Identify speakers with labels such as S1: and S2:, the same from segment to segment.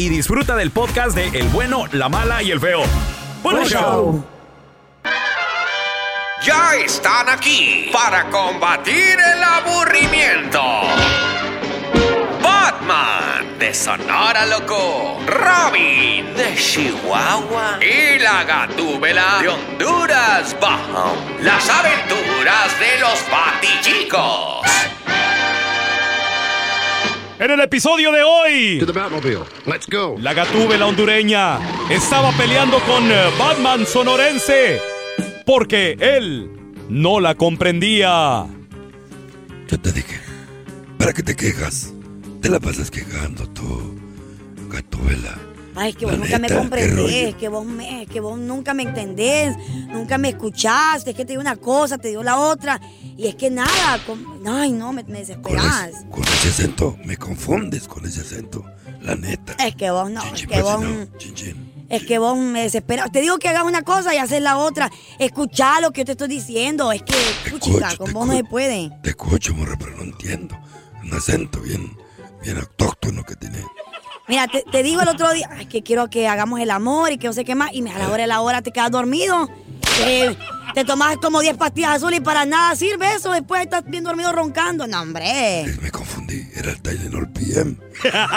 S1: y disfruta del podcast de El bueno, la mala y el feo. ¡Buen show!
S2: Ya están aquí para combatir el aburrimiento. Batman de Sonora Loco, Robin de Chihuahua y la Gatúbela de Honduras Bajo. Las aventuras de los Batichicos.
S1: En el episodio de hoy,
S3: Let's go.
S1: la gatúbela hondureña estaba peleando con eh, Batman sonorense porque él no la comprendía.
S4: Yo te dije, ¿para qué te quejas? Te la pasas quejando tú, Gatúbela.
S5: Ay, que
S4: La
S5: vos nunca me
S4: neta, qué
S5: comprendés,
S4: rollo.
S5: que vos, me, que vos nunca me entendés, nunca me escuchaste, es que te dio una cosa, te dio la otra, y es que nada, com- ay no, me, me
S4: Con,
S5: desesperás.
S4: es- con ese acento, me confundes con ese acento, la neta.
S5: Es que vos no, es
S4: Chin,
S5: que
S4: pues,
S5: vos...
S4: no, chin, chin.
S5: Es que vos me desesperas. Te digo que hagas una cosa y haces la otra. Escuchá lo que yo te estoy diciendo. Es que, puchica,
S4: escucho,
S5: con
S4: te
S5: vos no se
S4: escucho.
S5: puede.
S4: Te escucho, morra, pero no entiendo. Un acento bien, bien autóctono que tiene.
S5: Mira, te, te digo el otro día ay, que quiero que hagamos el amor y que no sé qué más. Y me- a la hora de la hora te quedas dormido. Eh, te tomas como 10 pastillas azules y para nada sirve eso. Después estás bien dormido roncando. No, hombre.
S4: Eh, Me confundí, era el Tylenol PM.
S5: Ja,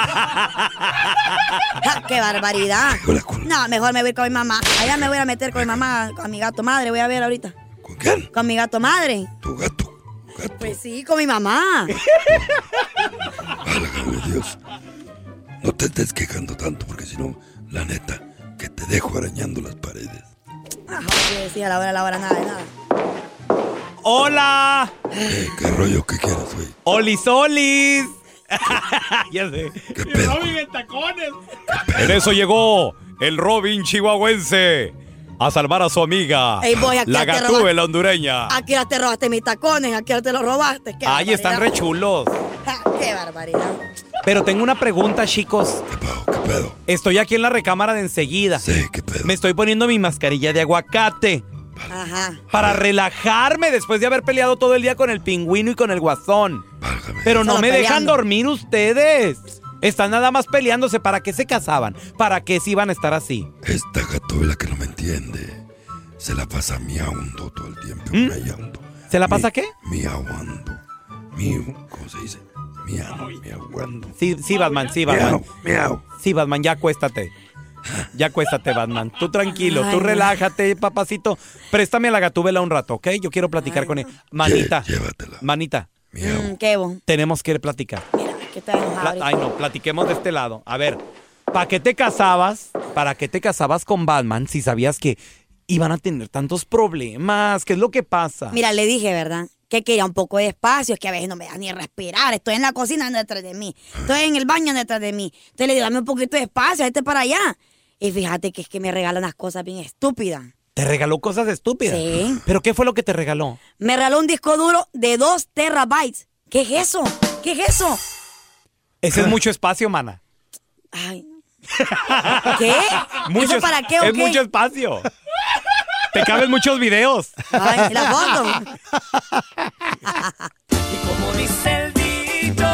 S5: Ah, ¡Qué barbaridad!
S4: Tengo la culpa.
S5: No, mejor me voy con mi mamá. Allá me voy a meter con mi mamá, con mi gato madre. Voy a ver ahorita.
S4: ¿Con quién?
S5: Con mi gato madre.
S4: Tu gato. Gato,
S5: Pues sí, con mi mamá.
S4: válgame Dios. No te estés quejando tanto, porque si no, la neta, que te dejo arañando las paredes.
S5: Ajá, sí, sí, a la hora, a la hora, nada, de nada.
S1: ¡Hola!
S4: Eh, ¿Qué rollo que quieres, güey?
S1: ¡Olis, olis! ya sé.
S4: ¿Qué pedo?
S1: En eso llegó el Robin chihuahuense a salvar a su amiga,
S5: Ey, voy, aquí
S1: la
S5: te roba-
S1: gatúbela hondureña.
S5: Aquí ya te robaste mis tacones, aquí ya te los robaste. Ah, qué
S1: Ahí están re
S5: barbaridad.
S1: chulos.
S5: Ja, ¡Qué barbaridad!
S1: Pero tengo una pregunta, chicos.
S4: ¿Qué pedo? ¿Qué pedo?
S1: Estoy aquí en la recámara de enseguida.
S4: Sí, qué pedo.
S1: Me estoy poniendo mi mascarilla de aguacate
S5: Ajá.
S1: para relajarme después de haber peleado todo el día con el pingüino y con el guasón.
S4: Válgame.
S1: Pero no
S5: Solo
S1: me dejan
S5: peleando.
S1: dormir ustedes. Están nada más peleándose. ¿Para qué se casaban? ¿Para qué se iban a estar así?
S4: Esta gatúbela que no me entiende se la pasa miaundo todo el tiempo. miaundo.
S1: ¿Mm? ¿Se la pasa
S4: Mi-
S1: qué?
S4: Miauando. Miau, ¿cómo se dice? Miau, miauando.
S1: Sí, sí, Batman, sí, Batman.
S4: Miau, miau.
S1: Sí, Batman, ya acuéstate. Ya acuéstate, Batman. Tú tranquilo,
S5: Ay,
S1: tú
S5: no.
S1: relájate, papacito. Préstame a la gatúbela un rato, ¿ok? Yo quiero platicar con él. Manita,
S4: Lle- llévatela.
S1: manita,
S4: Miau.
S5: Mm, qué bon.
S1: tenemos que platicar.
S5: Mira, que te enojado.
S1: Pla-
S5: ahorita.
S1: Ay, no, platiquemos de este lado. A ver, ¿para qué te casabas? ¿Para qué te casabas con Batman si sabías que iban a tener tantos problemas? ¿Qué es lo que pasa?
S5: Ah. Mira, le dije, ¿verdad? que quería un poco de espacio, es que a veces no me da ni respirar, estoy en la cocina anda detrás de mí, estoy en el baño anda detrás de mí, entonces le digo, dame un poquito de espacio, este para allá. Y fíjate que es que me regalan las cosas bien estúpidas.
S1: Te regaló cosas estúpidas.
S5: Sí.
S1: ¿Pero qué fue lo que te regaló?
S5: Me regaló un disco duro de 2 terabytes. ¿Qué es eso? ¿Qué es eso?
S1: Ese es mucho espacio, mana.
S5: Ay. ¿Qué?
S1: Mucho
S5: ¿Eso
S1: es-
S5: para qué o
S1: Es
S5: qué?
S1: mucho espacio. Te caben muchos videos.
S5: Ay, la foto.
S2: Como dice el dicho,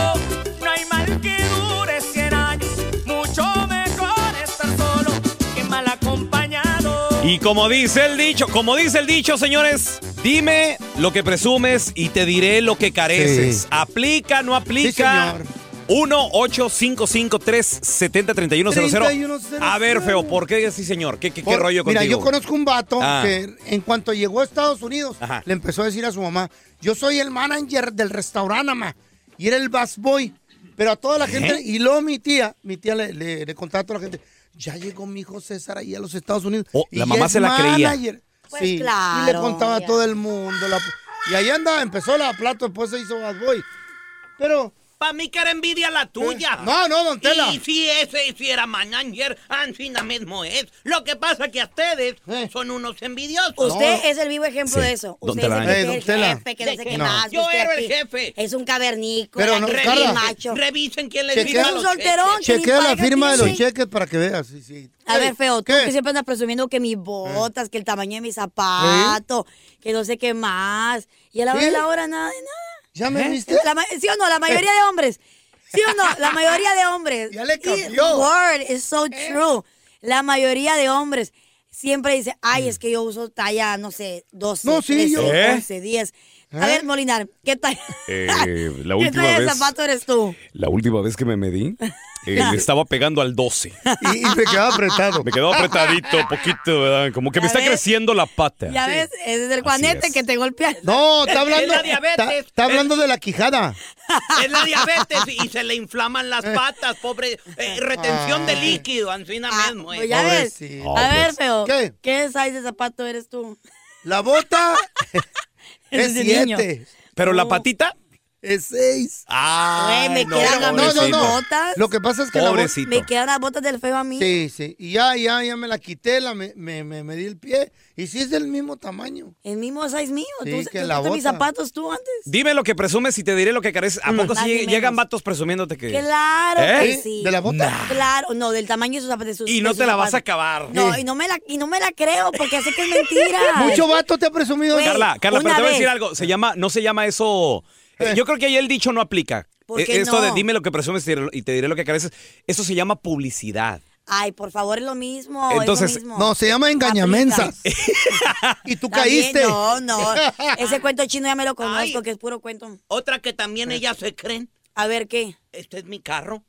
S2: no hay mal que dure 100 años. Mucho mejor estar solo que mal acompañado.
S1: Y como dice el dicho, como dice el dicho, señores, dime lo que presumes y te diré lo que careces.
S6: Sí.
S1: Aplica, no aplica.
S6: señor.
S1: 1-855-370-3100. A ver, feo, ¿por qué sí, señor? ¿Qué, qué- qué
S6: Por-
S1: rollo
S6: Mira,
S1: contigo?
S6: yo conozco un vato
S1: Ah.
S6: que en cuanto llegó a Estados Unidos,
S1: Ajá.
S6: le empezó a decir a su mamá, yo soy el manager del restaurante, mamá, y era el bus boy. Pero a toda
S1: ¿Eh?
S6: la gente, y luego mi tía, mi tía le, le, le contaba a toda la gente, ya llegó mi hijo César ahí a los Estados Unidos.
S1: Oh,
S6: y
S1: la
S6: ya
S1: mamá
S6: es
S1: se la creía.
S6: manager".
S5: Pues
S6: sí, y le
S5: claro,
S6: contaba a
S5: ya.
S6: todo el mundo. la- y ahí andaba, empezó la plato, después se hizo bus boy. Pero,
S2: Pa' mí que era envidia la tuya.
S6: Mm. no, no, don Tela.
S2: Y si ese si era manager, Ancina mismo es. Lo que pasa que a ustedes
S6: Eh.
S2: son unos envidiosos.
S5: Usted es el vivo ejemplo
S1: Sí.
S5: de eso.
S1: Don
S5: Usted
S1: Tela.
S5: es el,
S6: Ey,
S5: que
S6: don
S5: es el
S6: Tela.
S5: jefe, que no sé qué
S2: No.
S5: más.
S2: Yo
S5: usted
S2: era
S5: aquí
S2: el jefe.
S5: Es un cavernícola,
S6: Pero no,
S5: que es
S6: Carla.
S5: bien macho.
S2: Revisen quién les
S6: Chequea-
S2: firma
S5: Es un
S2: los
S5: solterón.
S2: cheques.
S6: Chequea la firma de los
S5: Sí.
S6: cheques para que veas. sí, sí.
S5: A
S6: Ey,
S5: ver, feo, tú
S6: ¿qué?
S5: que siempre andas presumiendo que mis botas, que el tamaño de mis zapatos, que no sé qué más. Y a la hora
S6: ¿Eh? ¿Sí?
S5: de la hora, nada de nada. ¿Eh?
S6: ¿Ya me viste?
S5: La ma- ¿Sí o no? La mayoría de hombres. ¿Sí o no? La mayoría de hombres.
S6: Ya le
S5: Y-
S6: cambió. ¿Eh?
S5: Word, it's so true. La mayoría de hombres siempre dice, ay, es que yo uso talla, no sé, 12,
S6: Mm. No, sí,
S5: 13,
S6: yo-
S1: ¿Eh?
S5: 11, 10. A
S6: ¿Eh?
S5: ver, Molinar, ¿qué talla?
S1: Eh, la
S5: ¿Qué
S1: última
S5: talla de
S1: vez-
S5: zapato eres tú?
S1: La última vez que me medí, eh, le estaba pegando al 12.
S6: Y, y me quedaba apretado.
S1: Me quedó apretadito, poquito, ¿verdad? Como que me
S5: Ya
S1: está
S5: ves.
S1: creciendo la pata.
S5: Ya ves, ese es el Juanete
S1: es.
S5: que te golpea.
S6: No, está hablando.
S2: la diabetes.
S6: Está, está hablando de la quijada.
S2: Es la diabetes y se le inflaman las patas, pobre. eh, retención de líquido, Ancina
S5: Ah,
S2: mismo
S5: pues
S2: es.
S5: ya ves.
S6: Pobrecito.
S5: A
S1: pues,
S5: ver, feo.
S6: ¿Qué?
S5: ¿Qué? ¿Qué size de zapato eres tú?
S6: La bota es
S5: Eres de niño.
S6: 7.
S1: Pero la patita.
S6: Es 6.
S1: Ah,
S5: Güey, me quedan a mí
S6: No, no,
S5: Pobrecito.
S6: no.
S5: Botas.
S6: Lo que pasa es que la bota.
S1: Pobrecito.
S5: Me quedan las botas del feo a mí.
S6: Sí, sí. Y ya, ya, ya me la quité, la me, me, me, me di el pie. Y sí es del mismo tamaño.
S5: El mismo size mío.
S6: Sí,
S5: ¿Tú
S6: que
S5: usaste
S6: la
S5: mis
S6: bota.
S5: zapatos tú antes?
S1: Dime lo que presumes y te diré lo que careces. ¿A poco
S5: Mm. Más
S1: sí
S5: y
S1: lleg-
S5: menos.
S1: llegan vatos presumiéndote que.?
S5: Claro
S1: ¿Eh?
S5: que sí.
S6: ¿De la bota? Nah.
S5: Claro, no, del tamaño de sus zapatos. de sus-
S1: Y no
S5: de sus
S1: te la vas a
S5: zapatos.
S1: acabar.
S5: No, y no me la, y no me la creo porque sé que es mentira.
S6: Mucho vato te ha presumido.
S5: Güey.
S1: Carla, Carla, pero
S5: una
S1: te voy a decir
S5: vez.
S1: algo. Se llama, no se llama eso. eh, Yo creo que ahí el dicho no aplica.
S5: ¿Por
S1: Eh,
S5: qué
S1: Esto de
S5: no?
S1: dime lo que presumes y te diré- y te diré lo que careces. Eso se llama publicidad.
S5: Ay, por favor, es lo mismo.
S1: Entonces-
S5: es lo mismo.
S6: No, se llama engañamensas.
S5: Aplica.
S6: y tú
S5: También,
S6: caíste.
S5: No, no. Ese cuento chino ya me lo conozco,
S2: Ay.
S5: que es puro cuento.
S2: Otra que también ellas se creen.
S5: A ver, ¿qué? Mm.
S2: Este es mi carro.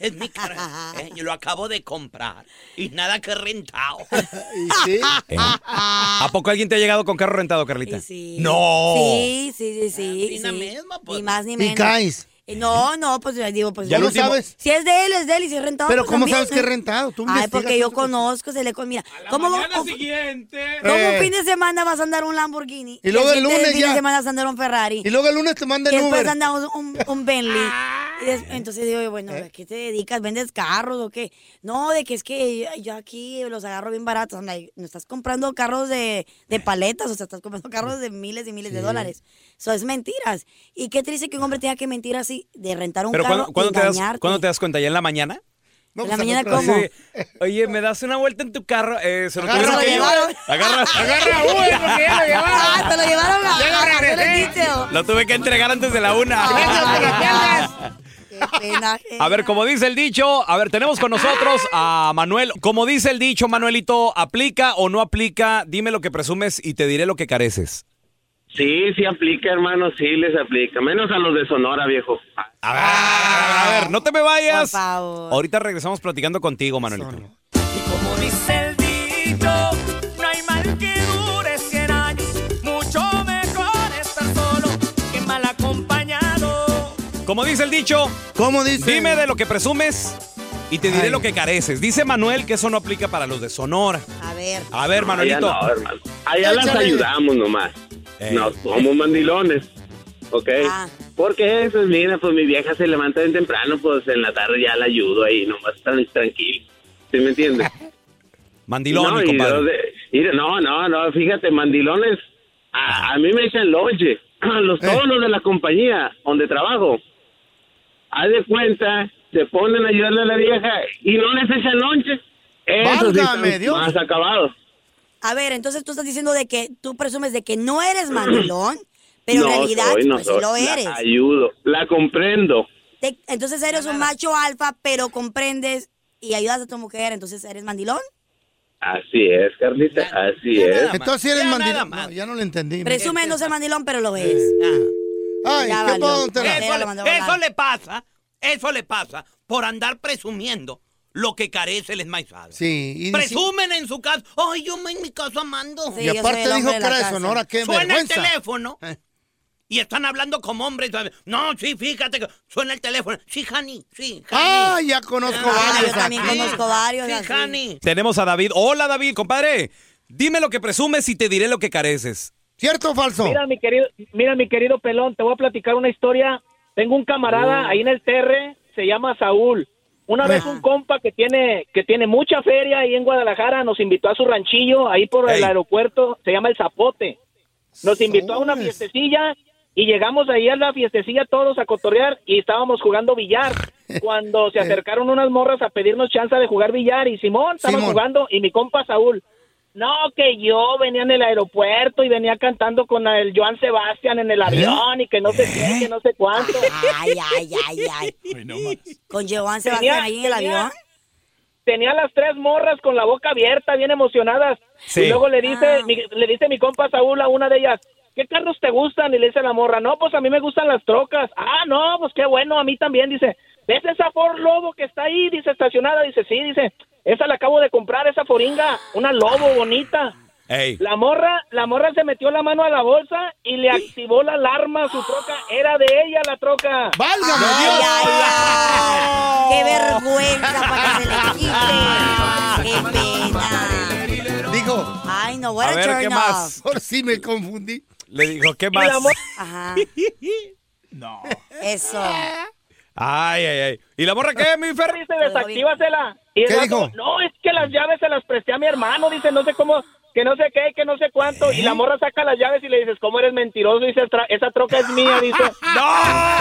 S2: Es mi carro. eh, yo lo acabo de comprar. Y nada que rentado.
S6: Y sí.
S1: Eh. ¿A poco alguien te ha llegado con carro rentado,
S5: Y
S1: Carlita?
S5: sí.
S1: ¡No!
S5: Sí, sí, sí, sí.
S2: Así na
S5: sí.
S2: misma, pues.
S5: Ni más ni menos.
S6: Y caes.
S5: Eh, No, no, pues yo digo, pues.
S1: Ya
S5: bueno,
S1: lo último-
S6: sabes.
S5: Si es de él, es de él y si es rentado.
S6: Pero
S5: pues,
S6: ¿cómo
S5: también,
S6: sabes que es
S5: ¿no?
S6: rentado? Tú
S5: Ay,
S6: investigas,
S5: porque yo
S6: tú-
S5: conozco, se le con- Mira, ¿cómo, cómo-
S1: siguiente.
S5: cómo
S6: Eh.
S5: un fin de semana vas a andar un Lamborghini?
S6: Y luego el
S5: siguiente
S6: lunes
S5: fin
S6: ya.
S5: de semana vas a andar un Ferrari.
S6: Y luego el lunes te mandan
S5: Y después
S6: Uber.
S5: andamos un, un Bentley. Y des- entonces digo, yo, bueno,
S1: ¿Eh?
S5: ¿a qué te dedicas? ¿Vendes carros o qué? No, de que es que yo, yo aquí los agarro bien baratos. Anda, no estás comprando carros de, de paletas, o sea, estás comprando carros de miles y miles de dólares. Eso es mentiras. Y qué triste que un hombre tenga que mentir así, de rentar un
S1: Pero
S5: carro
S1: ¿cuándo, cuándo
S5: y
S1: te das,
S5: dañarte.
S1: ¿cuándo te das cuenta? ¿Ya en la mañana?
S6: No, pues,
S5: ¿En la
S6: al
S5: mañana
S6: otro día.
S5: cómo?
S1: Sí. Oye, ¿me das una vuelta en tu carro? Eh, se lo
S6: Agárralo,
S1: tuvieron que
S5: llevaron.
S1: llevar. Agarra,
S6: Agarra Uber porque ya lo llevaron.
S5: ¡Ah, te lo llevaron a,
S6: Ya lo
S5: a hacer
S6: regresé.
S5: el quiteo!
S1: Lo tuve que entregar antes de la una.
S5: ¡Qué pena!
S1: A ver, como dice el dicho, a ver, tenemos con nosotros a Manuel. Como dice el dicho, Manuelito, ¿aplica o no aplica? Dime lo que presumes y te diré lo que careces.
S7: Sí, sí aplica, hermano, sí les aplica. Menos a los de Sonora, viejo.
S1: A ver, a ver, no te me vayas.
S5: Por favor.
S1: Ahorita regresamos platicando contigo, Manuelito.
S2: Como dice el dicho, no hay mal que dure 100 años. Mucho mejor estar solo que mal acompañado.
S1: Como dice el dicho,
S6: ¿Cómo dice?
S1: dime de lo que presumes y te diré
S6: Ay.
S1: lo que careces. Dice Manuel que eso no aplica para los de Sonora.
S5: A ver.
S1: A ver, Manuelito.
S7: Allá no, hermano. Allá las
S6: Échale.
S7: ayudamos nomás.
S1: Eh.
S7: No somos mandilones. Ok. Porque eso, mira, pues mi vieja se levanta bien temprano, pues en la tarde ya la ayudo ahí, nomás tan tranquilo. ¿Sí me entiendes?
S1: Mandilón,
S7: no,
S1: mi
S7: y
S1: compadre.
S7: los de- y de- no, no, no, fíjate, mandilones, a, a mí me echan lonche. Los,
S1: Eh.
S7: todos los de la compañía donde trabajo, haz de cuenta, se ponen a ayudarle a la vieja y no les echan lonche. Eso sí
S5: Válgame
S7: están
S5: Dios.
S7: más acabados.
S5: A ver, entonces tú estás diciendo de que tú presumes de que no eres mandilón, pero
S7: no
S5: en realidad
S7: soy, no
S5: pues,
S7: soy.
S5: sí lo
S7: La
S5: eres.
S7: ayudo, la comprendo.
S5: Te- entonces eres un macho alfa, pero comprendes y ayudas a tu mujer, entonces eres mandilón.
S7: Así es, Carlita, así
S1: Eh.
S7: es.
S6: Entonces si eres mandilón. No, ya no lo entendí.
S5: Presumes no ser mandilón, pero lo es.
S6: Ay,
S5: Ya
S6: qué
S5: valió.
S6: tontería.
S5: Ya
S2: Eso,
S5: lo
S2: le-
S5: mandó a
S2: eso
S5: volar.
S2: le pasa, eso le pasa por andar presumiendo lo que carece el esmaizado.
S6: Sí, y dice-
S2: Presumen en su casa, ay, yo me- en mi casa mando.
S6: Sí, Y yo soy aparte el hombre dijo de la que era de casa. Sonora, qué
S2: Suena
S6: vergüenza. Eh.
S2: el teléfono y están hablando como hombres. ¿sabes? No, sí, fíjate que suena el teléfono. Sí, Jani, sí, Jani.
S6: Ah, ya conozco
S2: varios.
S5: Yo también conozco varios.
S2: Sí,
S5: así.
S2: Jani.
S1: Tenemos a David. Hola, David, compadre. Dime lo que presumes y te diré lo que careces.
S6: ¿Cierto o falso?
S8: Mira, mi querido, mira, mi querido pelón, te voy a platicar una historia. Tengo un camarada
S1: Oh.
S8: ahí en el Terre, se llama Saúl. Una
S6: Eh.
S8: vez un compa que tiene, que tiene mucha feria ahí en Guadalajara nos invitó a su ranchillo, ahí por el aeropuerto, se llama El Zapote. Nos invitó a una fiestecilla y llegamos ahí a la fiestecilla todos a cotorrear y estábamos jugando billar. Cuando
S5: Eh.
S8: se acercaron unas morras a pedirnos chance de jugar billar y Simón estaba jugando y mi compa Saúl. No, que yo venía en el aeropuerto y venía cantando con el Joan Sebastián en el avión y que no sé qué, que no sé cuánto.
S5: ¿Eh? Ay, ay, ay, ay. Con Joan Sebastián ahí en el
S8: tenía-
S5: avión.
S8: Tenía las tres morras con la boca abierta, bien emocionadas.
S5: Sí.
S8: Y luego le dice,
S5: Ah.
S8: mi, le dice mi compa Saúl a una de ellas, ¿qué carros te gustan? Y le dice la morra, no, pues a mí me gustan las trocas. Ah, no, pues qué bueno, a mí también. Dice, ¿ves esa Ford Lobo que está ahí? Dice, estacionada. Dice, sí, dice, esa la acabo de comprar, esa Foringa, una Lobo bonita.
S1: Ey.
S8: La morra, la morra se metió la mano a la bolsa y le activó la alarma a su troca. Era de ella la troca.
S6: ¡Válgame
S5: ¡Qué vergüenza para que se le quite! ¡Qué pena!
S6: Digo.
S5: Ay, no, what a, turn off.
S6: Por si me confundí.
S1: Le digo, ¿qué
S6: Y la
S1: más?
S6: mo-
S5: Ajá.
S1: No.
S5: Eso.
S1: Ay, ay, ay. ¿Y la morra qué, mi Ferry?
S8: Dice, desactívasela. Y el
S1: ¿Qué
S8: vato,
S1: dijo?
S8: No, es que las llaves se las presté a mi hermano. Dice, no sé cómo, que no sé qué, que no sé cuánto. Y
S1: ¿Eh?
S8: la morra saca las llaves y le dices, ¿cómo eres mentiroso? Dice, "Tra- esa troca es mía. Dice,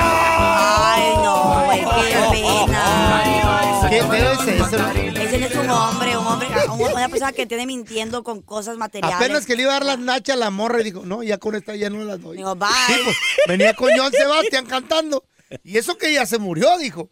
S5: ¡Ay, no! güey, ¡Qué pena!
S6: ¿Qué feo es eso?
S5: Ese no es un hombre, un hombre, un- una persona que tiene mintiendo con cosas materiales.
S6: Apenas que le iba a dar las nachas a la morra y dijo, no, ya con esta ya no las doy.
S5: Digo, bye.
S6: Sí, pues, venía con John Sebastián cantando. Y eso que ya se murió, dijo.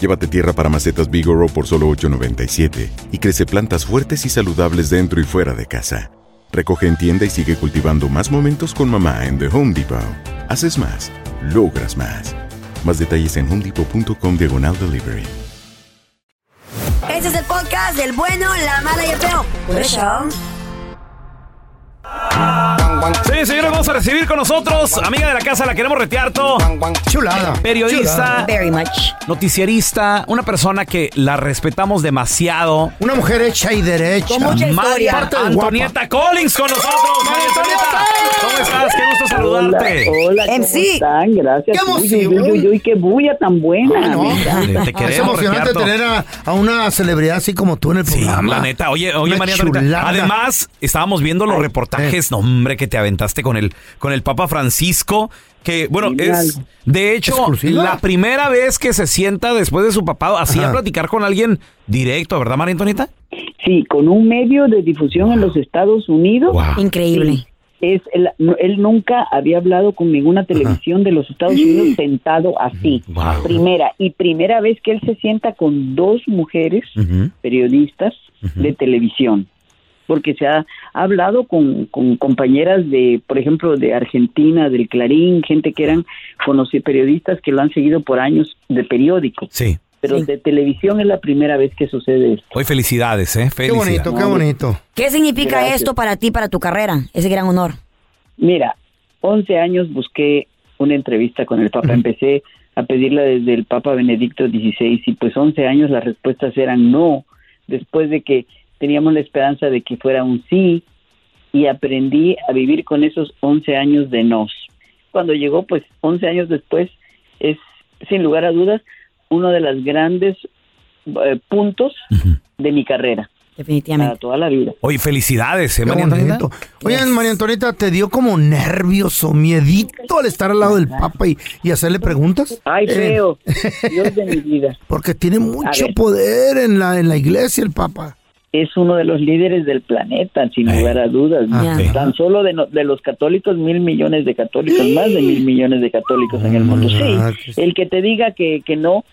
S9: Llévate tierra para macetas Bigoro por solo $8.97 y crece plantas fuertes y saludables dentro y fuera de casa. Recoge en tienda y sigue cultivando más momentos con mamá en The Home Depot. Haces más, logras más. Más detalles en homedepot.com diagonal delivery.
S5: Ese Este es el podcast del bueno, la mala y el feo. Por eso.
S1: Sí, señores, vamos a recibir con nosotros, amiga de la casa, la queremos retear todo.
S6: Chulada.
S1: Periodista.
S6: Chulada.
S5: Very much.
S1: Noticiarista, una persona que la respetamos demasiado.
S6: Una mujer hecha y derecha.
S1: Con mucha historia. Antonieta Collins con nosotros. María Antonieta, ¿cómo estás? Qué gusto saludarte.
S10: Hola, ¿cómo están? Gracias.
S6: Qué
S10: Uy, uy,
S6: emoción.
S10: uy, uy, qué bulla tan buena.
S1: Eh, Te
S6: es
S1: queremos,
S6: emocionante
S1: Ricciardo.
S6: tener a, a una celebridad así como tú en el programa.
S1: La neta, oye, oye
S6: Una
S1: María Antonieta,
S6: chulada. eh.
S1: Además, estábamos viendo los reportajes, no, hombre, que te aventaste con el, con el Papa Francisco, que bueno,
S10: Mira
S1: es
S10: algo.
S1: de hecho
S10: ¿Exclusiva?
S1: la primera vez que se sienta después de su papá así a
S10: Ajá.
S1: platicar con alguien directo, ¿verdad, María Antonieta?
S10: Sí, con un medio de difusión en los Estados Unidos.
S5: Increíble.
S10: Es él, no- él nunca había hablado con ninguna televisión de los Estados Unidos sentado así.
S1: Wow.
S10: Primera y primera vez que él se sienta con dos mujeres periodistas de televisión, porque se ha hablado con, con compañeras de, por ejemplo, de Argentina, del Clarín, gente que eran conoci- periodistas que lo han seguido por años de periódico.
S1: Sí.
S10: Pero de televisión es la primera vez que sucede esto.
S1: Hoy felicidades, ¿eh? Felicidades.
S6: bonito, qué bonito.
S5: ¿Qué significa
S10: Gracias.
S5: esto para ti, para tu carrera? Ese gran honor.
S10: Mira, 11 años busqué una entrevista con el Papa. Empecé a pedirla desde el Papa Benedicto XVI y pues 11 años las respuestas eran no, después de que teníamos la esperanza de que fuera un sí y aprendí a vivir con esos 11 años de nos. Cuando llegó, pues 11 años después, es sin lugar a dudas uno de los grandes eh, puntos de mi carrera.
S5: Definitivamente.
S10: Para toda la vida.
S1: Oye, felicidades, ¿eh,
S6: Qué
S1: María Antonieta?
S6: bonito. Oye, María Antonieta, ¿te dio como nervios o miedito al estar al lado del Papa y, y hacerle preguntas?
S10: Ay,
S6: Eh,
S10: feo. Dios de mi vida.
S6: porque tiene mucho
S10: ver.
S6: poder en la, en la iglesia el Papa.
S10: es uno de los líderes del planeta, sin lugar a dudas.
S6: Ah, sí.
S10: Tan solo de, no- de los católicos, mil millones de católicos, más de mil millones de católicos
S11: Mm.
S10: en el mundo.
S6: Ah,
S10: Sí, el que te diga que, que no